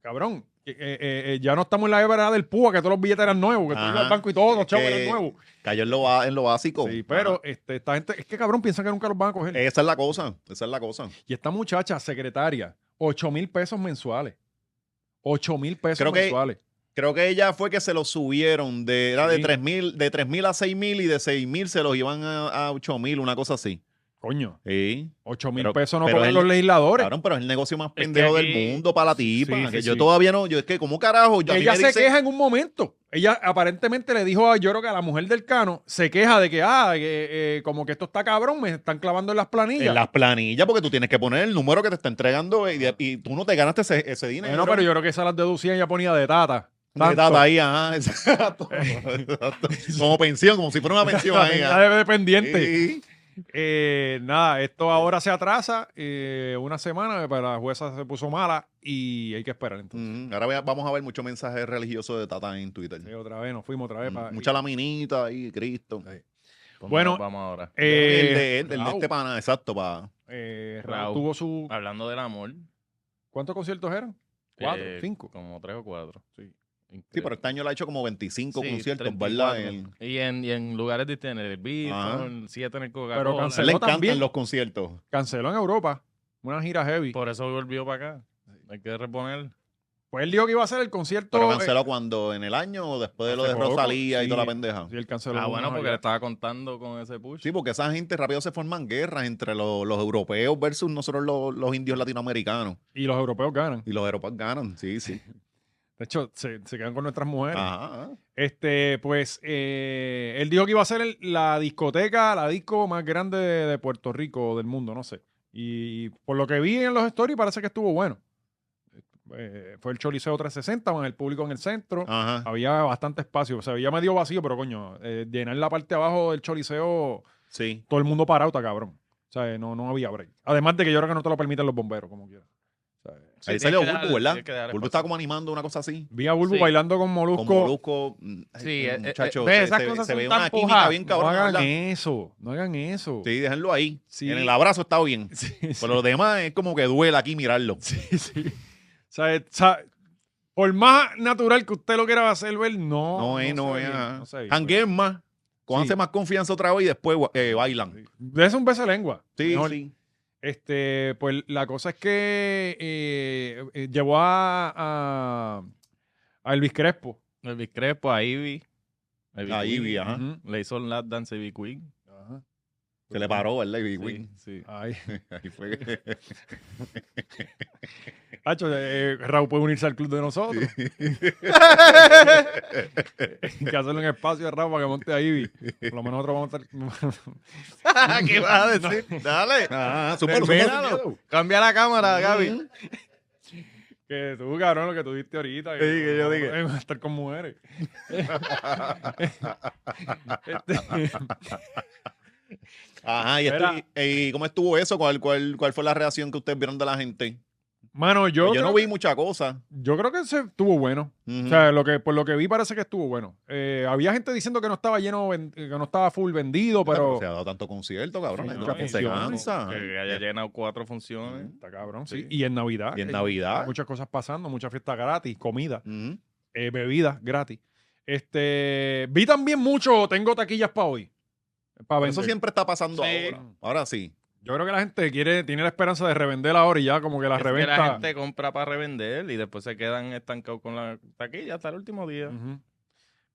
Cabrón, eh, eh, eh, ya no estamos en la era del púa, que todos los billetes eran nuevos, que tú
Ajá.
ibas al banco y todos los
Es
chavos
que-
eran nuevos.
Cayó en lo, ba- en lo básico.
Sí, pero este, esta gente, es que cabrón, piensan que nunca los van a coger.
Esa es la cosa, esa es la cosa.
Y esta muchacha, secretaria, 8 mil pesos mensuales. 8 mil pesos
Creo que-
mensuales.
Creo que ella fue que se los subieron de era de
Sí.
3000, de 3000 a 6000 y de 6000 se los iban a, a 8000, una cosa así.
Coño,
Sí.
8 mil
Pero-
pesos no
pero
cogen
él-
los legisladores.
Cabrón, pero es el negocio más
que
pendejo
aquí-
del mundo para la tipa.
Sí, sí,
que yo
sí.
todavía no, yo es que como carajo, yo a mí
Ella
me
se
dice-
queja en un momento. Ella aparentemente le dijo a, yo creo que a la mujer del cano, se queja de que, ah, que, eh, como que esto está cabrón, me están clavando en las planillas.
en las planillas porque tú tienes que poner el número que te está entregando eh, y, y tú no te ganaste ese, ese dinero.
Bueno, pero yo creo que esas las deducía y ella ponía de tata.
Una
Tanto.
etapa ahí, ajá, [laughs]
[laughs]
exacto. Exacto. Como pensión, como si fuera una pensión
La
ahí.
tenía
ajá.
de dependiente.
Sí.
Eh, nada, esto ahora se atrasa eh, una semana, pero la jueza se puso mala y hay que esperar entonces.
Mm, Ahora vea- vamos a ver muchos mensajes religiosos de Tata en Twitter.
Sí, eh, otra vez, nos fuimos otra vez.
Mm,
pa-
Mucha laminita ahí, Cristo.
Pues
Bueno,
nos vamos ahora.
Eh,
el de, el de
Raúl,
este pana, exacto, para.
eh,
Raúl. Ah.
Raúl tuvo su...
Hablando del amor.
¿Cuántos conciertos eran? ¿Cuatro?
eh,
¿Cinco?
Como tres o cuatro. Sí.
Sí, pero este año le ha hecho como 25
Sí,
conciertos,
34.
¿verdad? Él-
Y, en, y en lugares distintos, en el
Ajá.
Beat, 7 en el
Pero
Coca-Cola.
A él le
canceló.
encantan
también.
los conciertos.
Canceló en Europa una gira heavy.
Por eso volvió para acá. Hay que reponer.
Pues él dijo que iba a hacer el concierto...
Pero
eh,
canceló cuando, en el año o después de lo
hace
de
poco,
Rosalía y
sí.
toda la pendeja.
sí, él canceló
Ah,
una
bueno, porque
gira.
le estaba contando con ese push.
Sí, porque esa gente rápido se forman guerras entre los, los europeos versus nosotros los, los indios latinoamericanos.
Y los europeos ganan.
Y los europeos ganan, sí, sí.
De hecho, se, se quedan con nuestras mujeres.
Ajá. ajá.
Este, pues, eh, él dijo que iba a ser el- la discoteca, la disco más grande de, de Puerto Rico, o del mundo, no sé. Y por lo que vi en los stories, parece que estuvo bueno. Eh, fue el Choliseo 360, con el público en el centro.
Ajá.
Había bastante espacio, o sea, ya me dio vacío, pero coño, eh, llenar la parte de abajo del Choliseo,
Sí.
todo el mundo parado, está cabrón. O sea, no, no había break. Además de que yo creo que no te lo permiten los bomberos, como quieras. O sea,
Ahí
tienes
salió
que darle,
Bulbu, ¿verdad?
tienes que darle
Bulbu
espacio.
estaba como animando una cosa así.
Vi a Bulbo
Sí.
bailando con Molusco.
Con Molusco. mm, ay,
Sí, eh, eh,
muchacho,
ves,
se-
esas
se,
cosas
se
son
ve
tan
una química
pujadas.
bien
no
cabrona.
hagan
¿verdad?
eso, no hagan eso.
[laughs] Sí, déjenlo ahí.
Sí.
En el abrazo está bien.
Sí, sí.
Pero lo demás es como que duela aquí mirarlo.
Sí, sí. O sea, eh, o sea, por más natural que usted lo quiera hacer ver, no.
No es,
se
no es.
ve bien,
ah.
no se ve bien.
Jangueen más. Cójanse más confianza otra vez y después eh, bailan.
pues. Sí. Dese un beso de lengua.
Sí,
Mejor.
sí.
Este, pues la cosa es que eh, eh, llevó a, a, a Elvis Crespo.
El discrepo a Ivy. A Ivy
A
Queen.
Ivy, ajá.
Ujú.
Le hizo un lap dance a Ivy Queen.
Ajá.
Se le paró, ¿verdad? Y-
Sí,
[laughs]
sí.
Ay.
[laughs] Ahí fue. [laughs]
Hacho, eh, Raúl puede unirse al club de nosotros. [laughs] Hay que hacerle un espacio a Raúl para que monte a Ivy. Por lo menos nosotros vamos a estar.
¿Qué vas a
[laughs]
decir? Dale.
[laughs]
Ah, súper, súper.
Termínalo. Cambia la cámara, Gaby.
Que tú, cabrón, lo que tú diste ahorita.
Sí, que yo dije.
eh, Estar con
[laughs]
mujeres. Este,
Ajá, y,
Espera.
estoy- eh, ¿cómo estuvo eso? ¿Cuál, cuál, ¿Cuál fue la reacción que ustedes vieron de la gente?
mano, yo,
Pues Yo,
creo,
no vi mucha cosa.
yo creo que se estuvo bueno.
Ujú.
O sea, lo que, por lo que vi parece que estuvo bueno. Eh, había gente diciendo que no estaba lleno, ven- que no estaba full vendido, pero...
se ha dado tanto concierto, cabrón.
Sí,
la
no,
gente se
funciona.
cansa.
Que haya llenado cuatro funciones.
Ujú.
Está cabrón, sí.
Sí.
Y en Navidad.
Y en
eh,
Navidad.
Muchas cosas pasando, muchas fiestas gratis, comida,
Ujú.
eh, bebidas gratis. Este, vi también mucho, tengo taquillas para hoy. Para
Pero Eso
vender.
siempre está pasando
Sí.
ahora. Ahora sí.
Yo creo que la gente quiere, tiene la esperanza de revender ahora y ya como que la
Es que
reventa.
la gente compra para revender y después se quedan estancados con la taquilla hasta el último día.
Ujú.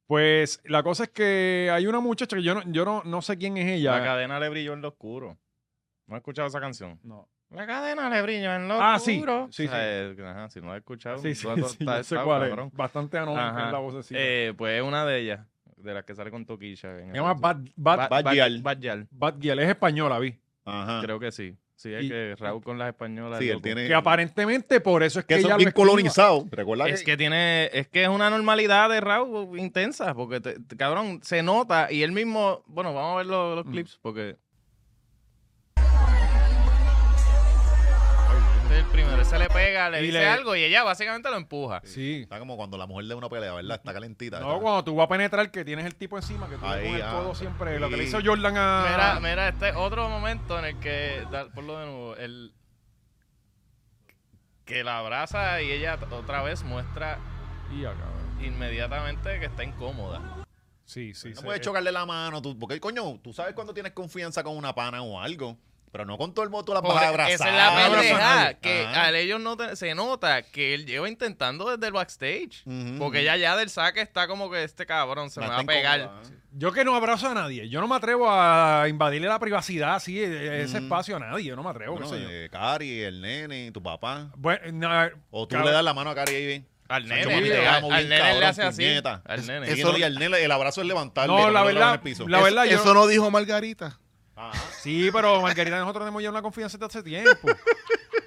Pues la cosa es que hay una muchacha que yo no, yo no, no sé quién es
La
ella.
cadena le brilló en lo oscuro. ¿No has escuchado esa canción?
No.
La cadena le brilló en lo
Ah, sí.
oscuro.
Sí,
O sea, eh, ajá, si no la has escuchado,
Sí, sí,
tú- tú-
sí,
estás
yo sé
estado,
cuál es.
cabrón.
Bastante anónima
Ajá.
es la vocecita.
Eh, pues es una de ellas, de las que sale con Toquilla. en
Se
el
llama
concierto.
Bad, Bad,
Ba-
Bad
Ba-
Gyal.
Bad Gyal.
Bad Gyal, es española, vi.
Ajá.
Creo que sí. Sí, es
Y-
que Raúl con las españolas.
Sí,
es
él
loco.
tiene.
Que aparentemente por eso es que,
Que
ella
son
lo
bien
escriba.
colonizados. Recuerda
Es que tiene, es que es una normalidad de Raúl intensa, porque te- te- cabrón, se nota y él mismo, bueno, vamos a ver los,
Mm.
los clips porque. Este es el primero, él se le pega, le
Y
dice
le-
algo y ella básicamente lo empuja.
Sí.
Está como cuando la mujer de una pelea, ¿verdad? Está calentita.
No,
¿verdad?
cuando tú vas a penetrar que tienes el tipo encima, que tú
Ahí,
le pones el
ah,
codo siempre. Lo que le
sí.
hizo Jordan a...
Mira, mira, este es otro momento en el que, da- ponlo de nuevo, el que la abraza y ella t- otra vez muestra
Ya, cabrón.
inmediatamente que está incómoda.
Sí, sí.
No
sí.
puedes chocarle la mano. Tú, porque, coño, tú sabes cuando tienes confianza con una pana o algo. Pero no con todo el mundo tú la vas a
Pobre-
abrazar.
esa es la
abrazar.
pendeja, que
Ajá.
a ellos no te- se nota que él lleva intentando desde el backstage,
Ujú.
porque ella ya del saque está como que este cabrón se
No
me va a
está
pegar.
incómoda, ¿eh?
Yo que no abrazo a nadie. Yo no me atrevo a invadirle la privacidad así, e- ese
Ujú.
espacio a nadie. Yo no me atrevo,
Bueno,
qué sé yo.
eh, Cari, el nene, tu papá.
Bueno, na-
O tú
Cabrón.
le das la mano a Cari ahí bien.
Al
Sancho
nene,
Panza,
le- al,
digamos, bien
al nene
cabrón,
le hace así.
puñeta.
Al nene. Eh,
Eso-
Y no, y el, nene- el abrazo es levantarle.
No, la
ponerlo en
verdad,
el piso.
la verdad, yo
Eso no dijo Margarita.
Ajá.
Sí, pero Margarita, nosotros tenemos ya una confianza desde hace tiempo.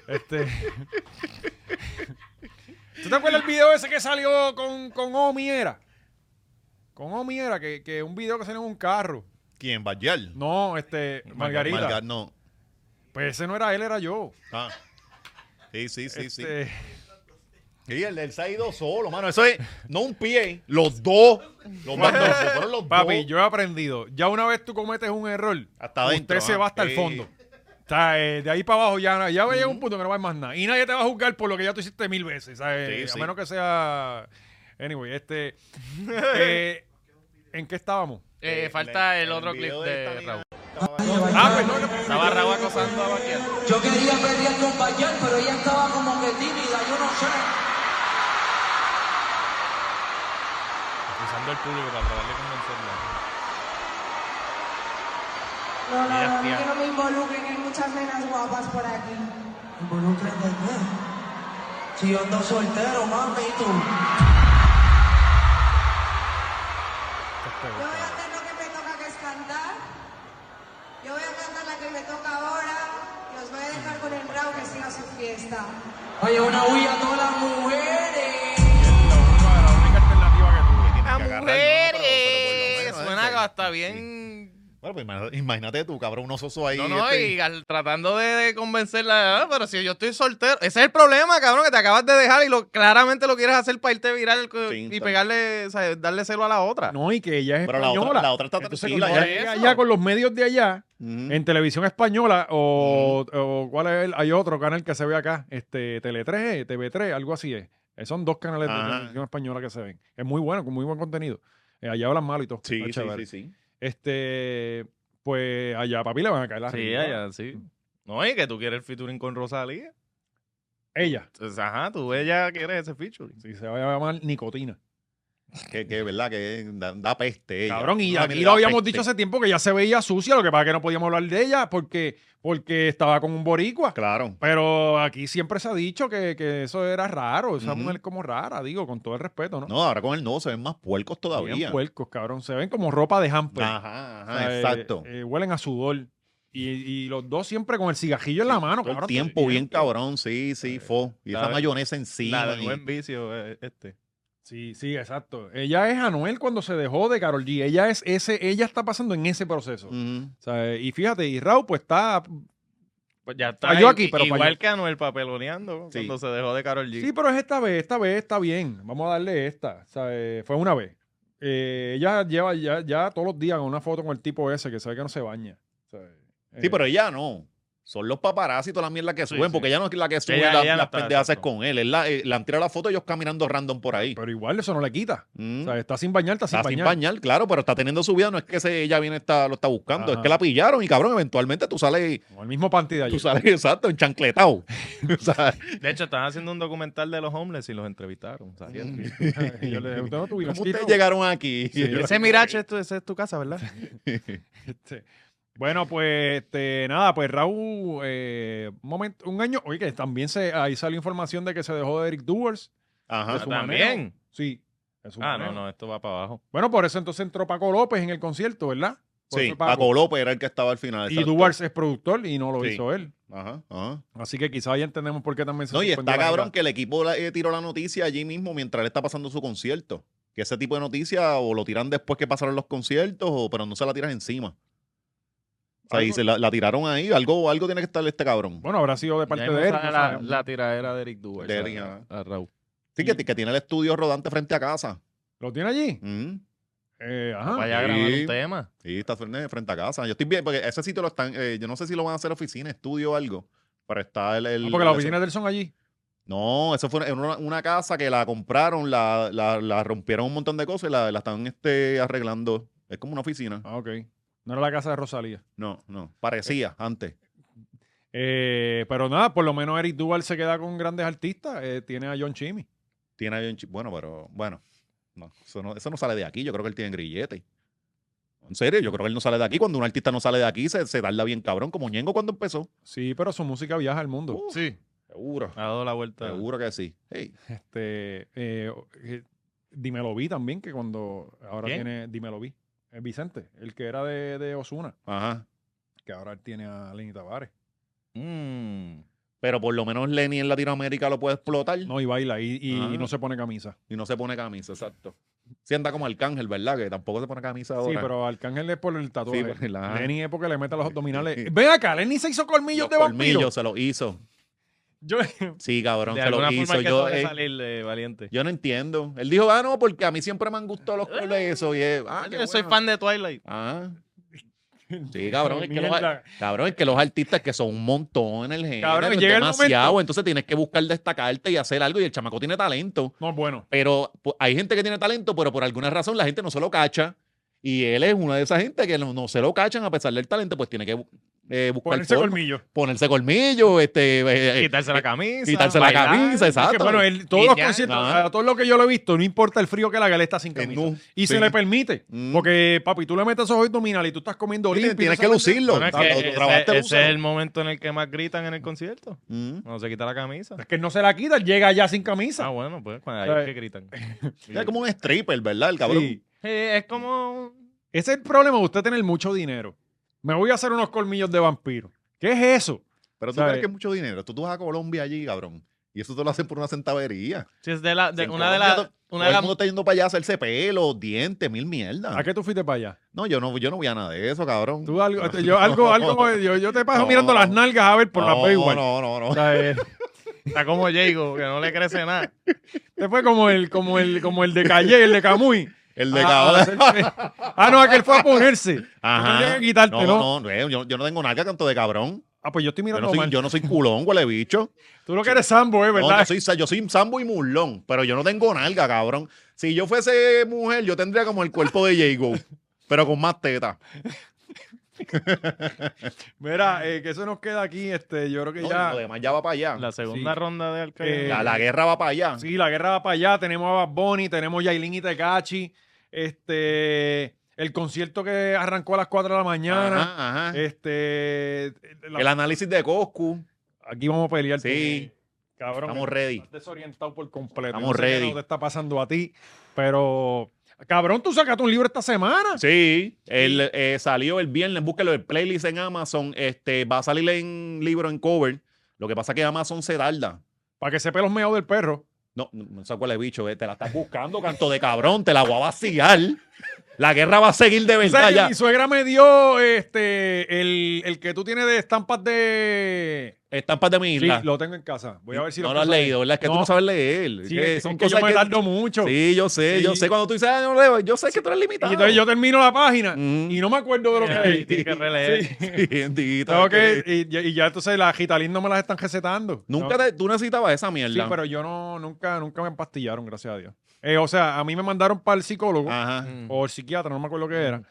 Este. [laughs] ¿Tú te acuerdas el video ese que salió con, con Omi era? Con Omi era, que, que un video que salió en un carro.
¿Quién? ¿Vallar?
No, este, Margarita.
Margar- no.
Pues ese no era él, era yo.
Ah. Sí, sí, sí, sí.
Este,
Sí, el del se ha ido solo, mano. Eso es, no un pie, los dos. Los dos, no, se fueron los
Papi,
dos.
yo he aprendido. Ya una vez tú cometes un error,
Hasta
usted
adentro,
se
ah,
va hasta el
sí.
fondo. O sea, eh, de ahí para abajo ya, ya va a llegar un punto que no va a haber más nada. Y nadie te va a juzgar por lo que ya tú hiciste mil veces. ¿sabes?
Sí,
a
sí.
menos que sea. Anyway,
[laughs]
este. eh, ¿En qué estábamos?
Eh,
Eh,
falta
le-
el otro
el
clip
video de
de
esta
Raúl.
Ah, perdón.
Estaba Raúl acosando a Baquiel.
Yo quería pelear con Payal, pero ella estaba como que tímida, yo no sé.
Usando el público para tratar de convencerlo.
No, no,
Ellas
no,
tienen-
que no me involucren, hay muchas nenas guapas por aquí.
Involucren de qué? Si yo ando soltero, mami, y tú.
Yo voy a hacer lo que me toca, que es cantar. Yo voy a cantar la que me toca ahora y os voy a dejar con el Raúl que siga su fiesta.
Oye, una huya a todas las mujeres.
La única alternativa que tuve.
Tienes que agarrarlo, ¿no? Pero- pero por lo menos,
Suena
este,
hasta
sí.
bien
Bueno, pues imagínate, imagínate tú, cabrón, unos osos ahí.
No, no,
este,
y al- tratando de, de convencerla, "Ah, pero si yo estoy soltero, ese es el problema, cabrón, que te acabas de dejar y lo, claramente lo quieres hacer para irte viral co-
Sí,
y
está.
pegarle, o sea, darle celo a la otra.
No, y que ella es
Pero la otra-
española.
la otra está
Entonces,
tranquila,
cuando
ya.
ella
Eso.
allá con los medios de allá,
ujú.
en televisión española, o, o cuál es el- hay otro canal que se ve acá, este Tele3, TV3, algo así es. Eh, Son dos canales de
Ajá.
televisión española que se ven. Es muy bueno, con muy buen contenido. Eh, allá hablan malo y todo.
Sí,
está
sí,
chévere.
sí, sí.
Este, pues allá papi le van a caer las
Sí,
rimas.
allá, sí. No, y que tú quieres el featuring con Rosalía.
Ella.
Entonces, ajá, tú, ella quieres ese featuring.
Sí, se va a llamar nicotina.
Que, que, verdad, que da, da peste. ella.
Cabrón, y
Ah,
aquí
mira,
lo
da
habíamos
peste.
dicho hace tiempo que ya se veía sucia, lo que pasa es que no podíamos hablar de ella porque, porque estaba con un boricua.
Claro.
Pero aquí siempre se ha dicho que, que eso era raro, esa
Ujú.
mujer es como rara, digo, con todo el respeto, ¿no?
No, ahora con el no se ven más puercos
Bien
todavía.
puercos, cabrón, se ven como ropa de hamper.
Ajá,
O sea,
ajá,
eh,
exacto.
eh, huelen a sudor. Y, y los dos siempre con el cigajillo en eh, la mano,
Todo el
cabrón.
tiempo bien cabrón, sí,
Eh,
sí, fo. Y
la
esa
de-
mayonesa
La
encima.
del
y-
buen vicio, eh, este.
Sí, sí, exacto. Ella es Anuel cuando se dejó de Carol G. Ella es ese, ella está pasando en ese proceso.
Ujú.
O sea, y fíjate, y Raúl pues está
Pues ya está.
Falló
i-
aquí, pero
Igual
falló.
que Anuel papeloneando
Sí.
cuando se dejó de Carol G.
Sí, pero es esta vez, esta vez está bien. Vamos a darle esta. O sea, eh, fue una vez. Eh, ella lleva ya, ya todos los días con una foto con el tipo ese que sabe que no se baña. O sea, eh,
Sí, pero ella no. Son los paparazzi y todas las mierdas que
Sí,
suben,
sí.
porque ella no es la que sube
Ella-
la-
ella no
las
está,
pendejas
exacto.
con él. Es la, eh, le han tirado la foto ellos caminando random por ahí.
Eh, pero igual eso no le quita.
Mm.
O sea, está sin bañar, está Pues, sin
Está sin
bañar.
pañal, claro, pero está teniendo su vida. No es que se- ella viene está, lo está buscando,
Ajá.
es que la pillaron y cabrón, eventualmente tú sales,
Con el mismo panty de
tú
ayer.
sales exacto, enchancletado. O sea,
De hecho, estaban haciendo un documental de los homeless y los entrevistaron. [laughs] salía así.
Y [laughs]
[laughs]
yo le dije, "Usted no tuvo
¿Cómo
aquí,
ustedes
Raúl?"
llegaron aquí?
Sí,
[laughs]
yo-
Ese mirache, esto, ese es tu casa, ¿verdad?
Este, bueno, pues este, nada, pues Raúl, eh, un momento, un año, oye, que también se, ahí salió información de que se dejó de Eric Duers.
Ajá.
Es un
También.
Sí. de su
Ah,
manera.
no, no, esto va para abajo.
Bueno, por eso entonces entró Paco López en el concierto, ¿verdad? Por
Sí,
eso
Paco López pues, era el que estaba al final.
Y
exacto.
Duarte es productor y no lo
Sí.
hizo él.
Ajá, ajá.
Así que quizás ya entendemos por qué también se
No, y
suspendió
está
la
cabrón
gira.
que el equipo la- eh, tiró la noticia allí mismo mientras él está pasando su concierto. Que ese tipo de noticias o lo tiran después que pasaron los conciertos, o, pero no se la tiran encima. O sea, y
Algo-
se la, la tiraron ahí. Algo, algo tiene que estar este cabrón.
Bueno, habrá sido de parte
Ya
de
vimos
él.
a
no
la,
sabemos.
la tiradera de Eric Duer.
De Eric, ajá.
a, a Raúl.
sí, que, que tiene el estudio rodante frente a casa.
¿Lo tiene allí?
Mm.
Eh, ajá.
Vaya a
sí.
grabar un tema.
Sí, está frente, frente a casa. Yo estoy bien, porque ese sitio lo están. eh, yo no sé si lo van a hacer oficina, estudio o algo. Pero está el. el-
Ah, porque las
el-
oficinas de él son allí.
No, eso fue en una, una casa que la compraron, la, la, la rompieron un montón de cosas y la, la están este, arreglando. Es como una oficina.
Ah, ok. No era la casa de Rosalía.
No, no. Parecía antes.
Eh, pero nada, por lo menos Eric Duval se queda con grandes artistas. Eh, tiene a John Chimmy.
Tiene ahí un chi- Bueno, pero bueno. No, eso, no, eso no sale de aquí. Yo creo que él tiene grillete. En serio, yo creo que él no sale de aquí. Cuando un artista no sale de aquí, se, se tarda bien cabrón, como Ñengo cuando empezó.
Sí, pero su música viaja al mundo.
Uh.
Sí.
Seguro.
Ha dado la vuelta.
Seguro
Ah.
que sí. Hey,
Este, eh, eh, Dímelo Vi también, que cuando ahora
¿Quién?
tiene Dímelo Vi. Es Vicente, el que era de, de Osuna,
Ajá.
que ahora él tiene a Lenny Tavares.
Mm.
Pero por lo menos Lenny en Latinoamérica lo puede explotar
No, y baila y, y
Ah.
no se pone camisa.
y no se pone camisa, exacto. Si anda como Arcángel, ¿verdad? Que tampoco se pone camisa ahora.
Sí, pero Arcángel es por el
Sí,
tatuaje.
por el- ajá.
Lenny es porque le mete los abdominales. Ven acá, Lenny se hizo colmillos
Los
de vampiro.
colmillos se los hizo.
Yo,
Sí, cabrón,
De
se
alguna
los
forma
hizo.
hay que
Yo, eh,
salir valiente.
yo no entiendo. Él dijo, ah, no, porque a mí siempre me han gustado los colores. Y es, ah,
Yo
qué
soy
bueno.
fan de Twilight. [laughs]
Ah. Sí, cabrón, es que los,
Mierda.
cabrón, es que los artistas que son un montón en el género,
Cabrón,
es
llega el
demasiado,
momento-
entonces tienes que buscar destacarte y hacer algo y el chamaco tiene talento.
No, bueno.
Pero pues, hay gente que tiene talento, pero por alguna razón la gente no se lo cacha. Y él es una de esas gente que no, no se lo cachan a pesar del talento, pues tiene que bu- eh, buscar
Ponerse
forma,
colmillo.
ponerse colmillo, este, eh, eh,
Quitarse la camisa.
quitarse la
bailar.
camisa,
Es
exacto.
que, bueno, él- todos los
ya,
conciertos,
ajá.
a todo lo que yo lo he visto, no importa el frío que la galeta sin
Es
camisa.
nu,
Y
sí.
se le permite.
Mm.
Porque, papi, tú le metes esos abdominales y tú estás comiendo
Tienes-
limpio. y
tienes
toda
que
esa mierda.
lucirlo.
Bueno, es
Tra-
que
lo- lo
ese-
trabajaste,
ese es
búsalo.
el momento en el que más gritan en el concierto.
Mm.
Cuando se quita la camisa.
Es que él no se la quita, él llega allá sin
Ah,
camisa.
bueno, pues cuando
O sea,
ahí es que gritan.
Es como un stripper, ¿verdad? El cabrón.
Sí.
Eh, es como.
Ese es el problema de usted tener mucho dinero. Me voy a hacer unos colmillos de vampiro. ¿Qué es eso?
Pero tú
¿Sabes?
crees que es mucho dinero. Tú, tú vas a Colombia allí, cabrón. Y eso te lo hacen por una centavería.
Si es de la, de
En
una de las.
Colombia to-
Una
Todo
de
el
las-
mundo está yendo para allá a hacerse pelo, dientes, mil mierdas.
¿A qué tú fuiste para allá?
No, yo no, yo no voy a nada de eso, cabrón.
Tú algo, yo, algo, algo, yo, yo te paso
No.
mirando las nalgas a ver por
no,
la Ah, fe igual.
No, no, no.
Está,
eh,
bien. Está como Jago, que no le crece
[laughs]
nada.
Te fue como el, como el, como el de Calle, el de Camuy.
El de
Ah,
cabrón.
hacerse- Ah, no, aquel fue a
[laughs]
ponerse. No tenía que quitarte,
no,
¿no?
no, no, yo, yo no tengo nada canto de cabrón.
Ah, pues yo estoy
Yo
mirando
no, soy,
mal.
yo no soy culón, huele bicho.
Tú lo que eres Sambo, ¿eh?
No,
[laughs] ¿Verdad?
yo soy, yo soy sambo y mulón, pero yo no tengo nalga, cabrón. Si yo fuese mujer, yo tendría como el cuerpo de Jago,
[laughs]
pero con más teta.
Mira, eh, que eso nos queda aquí. Este, yo creo que
No,
ya.
y lo demás ya va para allá.
La segunda
Sí.
ronda de Alcaide.
Eh,
la, la guerra va para allá.
Sí, la guerra va para allá. Tenemos a Bad Bunny, tenemos Yailin y Tecachi. Este, el concierto que arrancó a las 4 de la mañana.
Ajá, ajá.
Este, Eh, la-
El análisis de Coscu.
aquí vamos a pelear.
Sí.
porque, Cabrón.
Estamos ready.
Estás desorientado por completo.
Estamos
qué
ready.
carajo te está pasando a ti, pero cabrón, tú sacaste un libro esta semana.
Sí, el, eh, salió el viernes, búsquelo, el playlist en Amazon, este, va a salir en libro en cover. Lo que pasa es que Amazon se tarda.
Para que sepa los meados del perro.
No, no, no sé cuál es bicho, eh, te la estás buscando, canto de cabrón, te la voy a vaciar. La guerra va a seguir
[laughs]
de
O sea,
verdad
que
ya.
mi suegra me dio este el, el que tú tienes de estampas de.
Estampas de mi
Sí,
isla.
lo tengo en casa. Voy a ver si
no
lo
lo has
puedo leer.
leído, ¿verdad? Es que tú
No.
no sabes leer.
Sí,
Es que
es
son
que yo
cosas
me
que-
tardo mucho.
Sí, yo sé, yo
Sí.
sé. Cuando tú dices, ah, no leo, yo sé que tú eres limitado.
Y entonces
[laughs]
yo termino la página
Mm.
y no me acuerdo de lo que
[laughs]
Ahí [laughs]
leí.
tiene que releer.
Sí.
Bendito,
Tengo que,
que-
y, y ya entonces las gitalín no me las están recetando.
Nunca
No.
te- tú necesitabas esa mierda.
Sí, pero yo no, nunca, nunca me empastillaron, gracias a Dios. Eh, o sea, a mí me mandaron para el psicólogo
Ajá.
Mm.
o el psiquiatra, no me acuerdo qué era.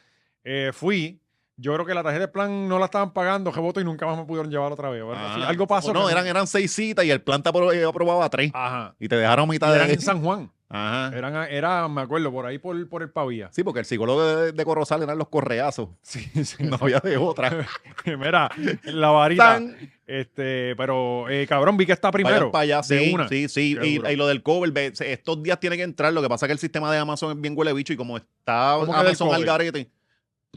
Eh, fui. Yo creo que la tarjeta de plan no la estaban pagando, reboto, y nunca más me pudieron llevar otra vez. ¿verdad? Sí,
Ah.
algo pasó.
O No,
que-
eran, eran seis citas y el plan te apro- eh, aprobaba tres.
Ajá.
Y te dejaron
Y
a mitad
eran
Ah, de.
en San
[laughs]
Eh. Juan.
Ajá.
Eran, era, me acuerdo, por ahí por, por el Pavía.
Sí, porque el psicólogo de, de Corozal eran los correazos. [laughs]
[laughs]
No había de otra.
Mira, la varita.
Tan,
Este, pero eh, cabrón, vi que está primero.
vayan para allá,
de
sí,
una.
sí, sí.
Qué
Y,
duro.
y lo del cover, ve, se- estos días tiene que entrar. Lo que pasa es que el sistema de Amazon es bien huele bicho y como está
¿Cómo que del
Amazon al
cover?
garete,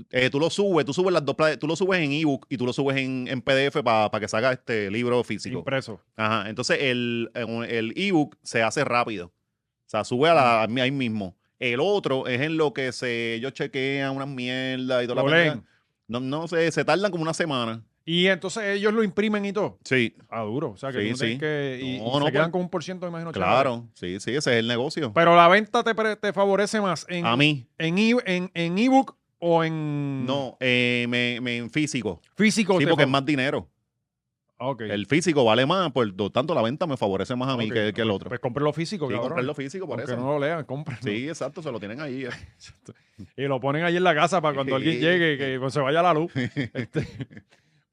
eh, tú lo subes, tú subes las dos, pla- tú lo subes en ebook y tú lo subes en, en PDF para que salga este libro físico.
Impreso.
Ajá. Entonces el, el ebook se hace rápido. O sea, sube a la, ahí mismo. El otro es en lo que se ellos chequean unas mierdas y toda
Lo
la pendeja.
leen.
No, no sé, se tardan como una semana.
Y entonces ellos lo imprimen y todo.
Sí.
Ah, duro. O sea, que
Sí,
tú no tienes
sí.
que. Y,
No,
y
no,
se
pues.
quedan con un por ciento, me imagino. chaval.
Claro. Sí, sí, ese es el negocio.
Pero la venta te, pre- te favorece más en,
a mí,
en, e- en, en ebook o en
no, eh, me, me- en físico.
físico.
Sí,
te
porque es
fav-
más dinero.
Ah, pues, ok.
El físico vale más, por lo tanto la venta me favorece más a mí
Ok.
que, que el otro.
Pues compren lo físico,
sí,
cabrón.
comprar lo físico por
Aunque
eso.
no lo lean, compren.
Sí, exacto, se lo
[laughs]
tienen ahí. eh.
Y lo ponen ahí en la casa para cuando alguien
Sí.
llegue, que pues, se vaya la luz. Este,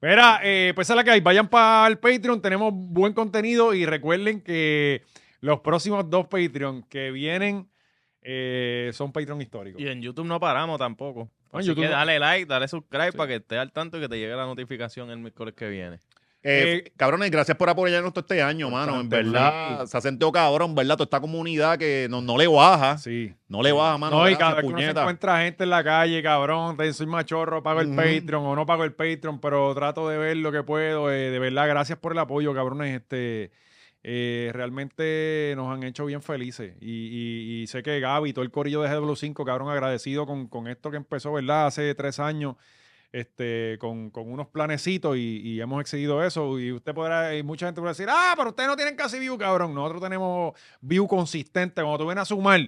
Mira, eh, pues esa es la que hay. Vayan para el Patreon, tenemos buen contenido y recuerden que los próximos dos Patreon que vienen eh, son Patreon históricos.
Y en YouTube no paramos tampoco.
Ah, en
Así
YouTube
que
no-
dale like, dale subscribe para que esté al tanto y que te llegue la notificación el miércoles que viene.
Eh,
Eh, pues,
cabrones, gracias por apoyarnos todo este año, mano. En
Bastante,
verdad, se ha sentido cabrón, ¿verdad? Toda esta comunidad que no, no le baja.
Sí.
No le baja, mano.
no, y
gracias,
cada vez que uno se
puñeta.
encuentra gente en la calle, cabrón, te- soy machorro, pago el
Ujú.
Patreon o no pago el Patreon, pero trato de ver lo que puedo. eh, de verdad, gracias por el apoyo, cabrones. Este, eh, realmente nos han hecho bien felices. Y, y- y sé que Gaby, y todo el corillo de GW5, cabrón, agradecido con, con esto que empezó, ¿verdad? Hace tres años. Este, con, con unos planecitos y, y hemos excedido eso. Y usted podrá, y mucha gente podrá decir, ah, pero ustedes no tienen casi view, cabrón. Nosotros tenemos view consistente. Cuando tú vienes a sumar,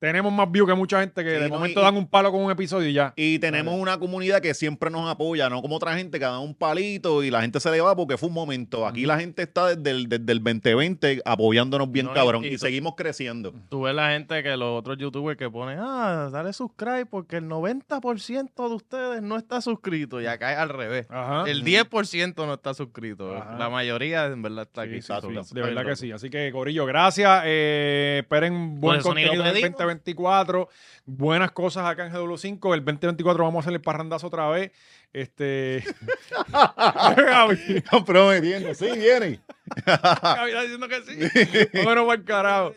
tenemos más view que mucha gente que
Sí,
de
no,
momento
y-
dan un palo con un episodio y ya.
Y tenemos una comunidad que siempre nos apoya, no como otra gente que da un palito y la gente se le va porque fue un momento. Aquí la gente está desde el, desde el 2020 apoyándonos bien
No, y-
cabrón
y
y
to-
seguimos creciendo.
Tú ves la gente que los otros youtubers que ponen, ah, dale subscribe porque el 90% de ustedes no está suscrito. Y acá es al revés.
Ajá.
El 10% no está suscrito.
Ajá.
La mayoría en verdad está
Sí,
aquí.
sí,
exacto,
sí,
exacto.
de verdad que sí. Así que, Corillo, gracias. Eh, esperen buen
eso ni
contenido
lo
en el
pedimos.
2024. Buenas cosas acá en GW5. El 2024 vamos a hacer el parrandazo otra vez. Este. Gaby,
[laughs] Prometiendo, sí, viene.
Gaby está diciendo que [laughs] sí. Bueno, buen carajo.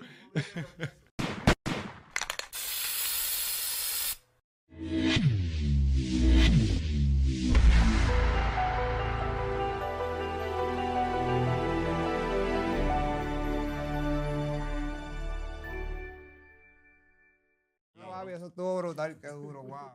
brutal, qué duro, wow.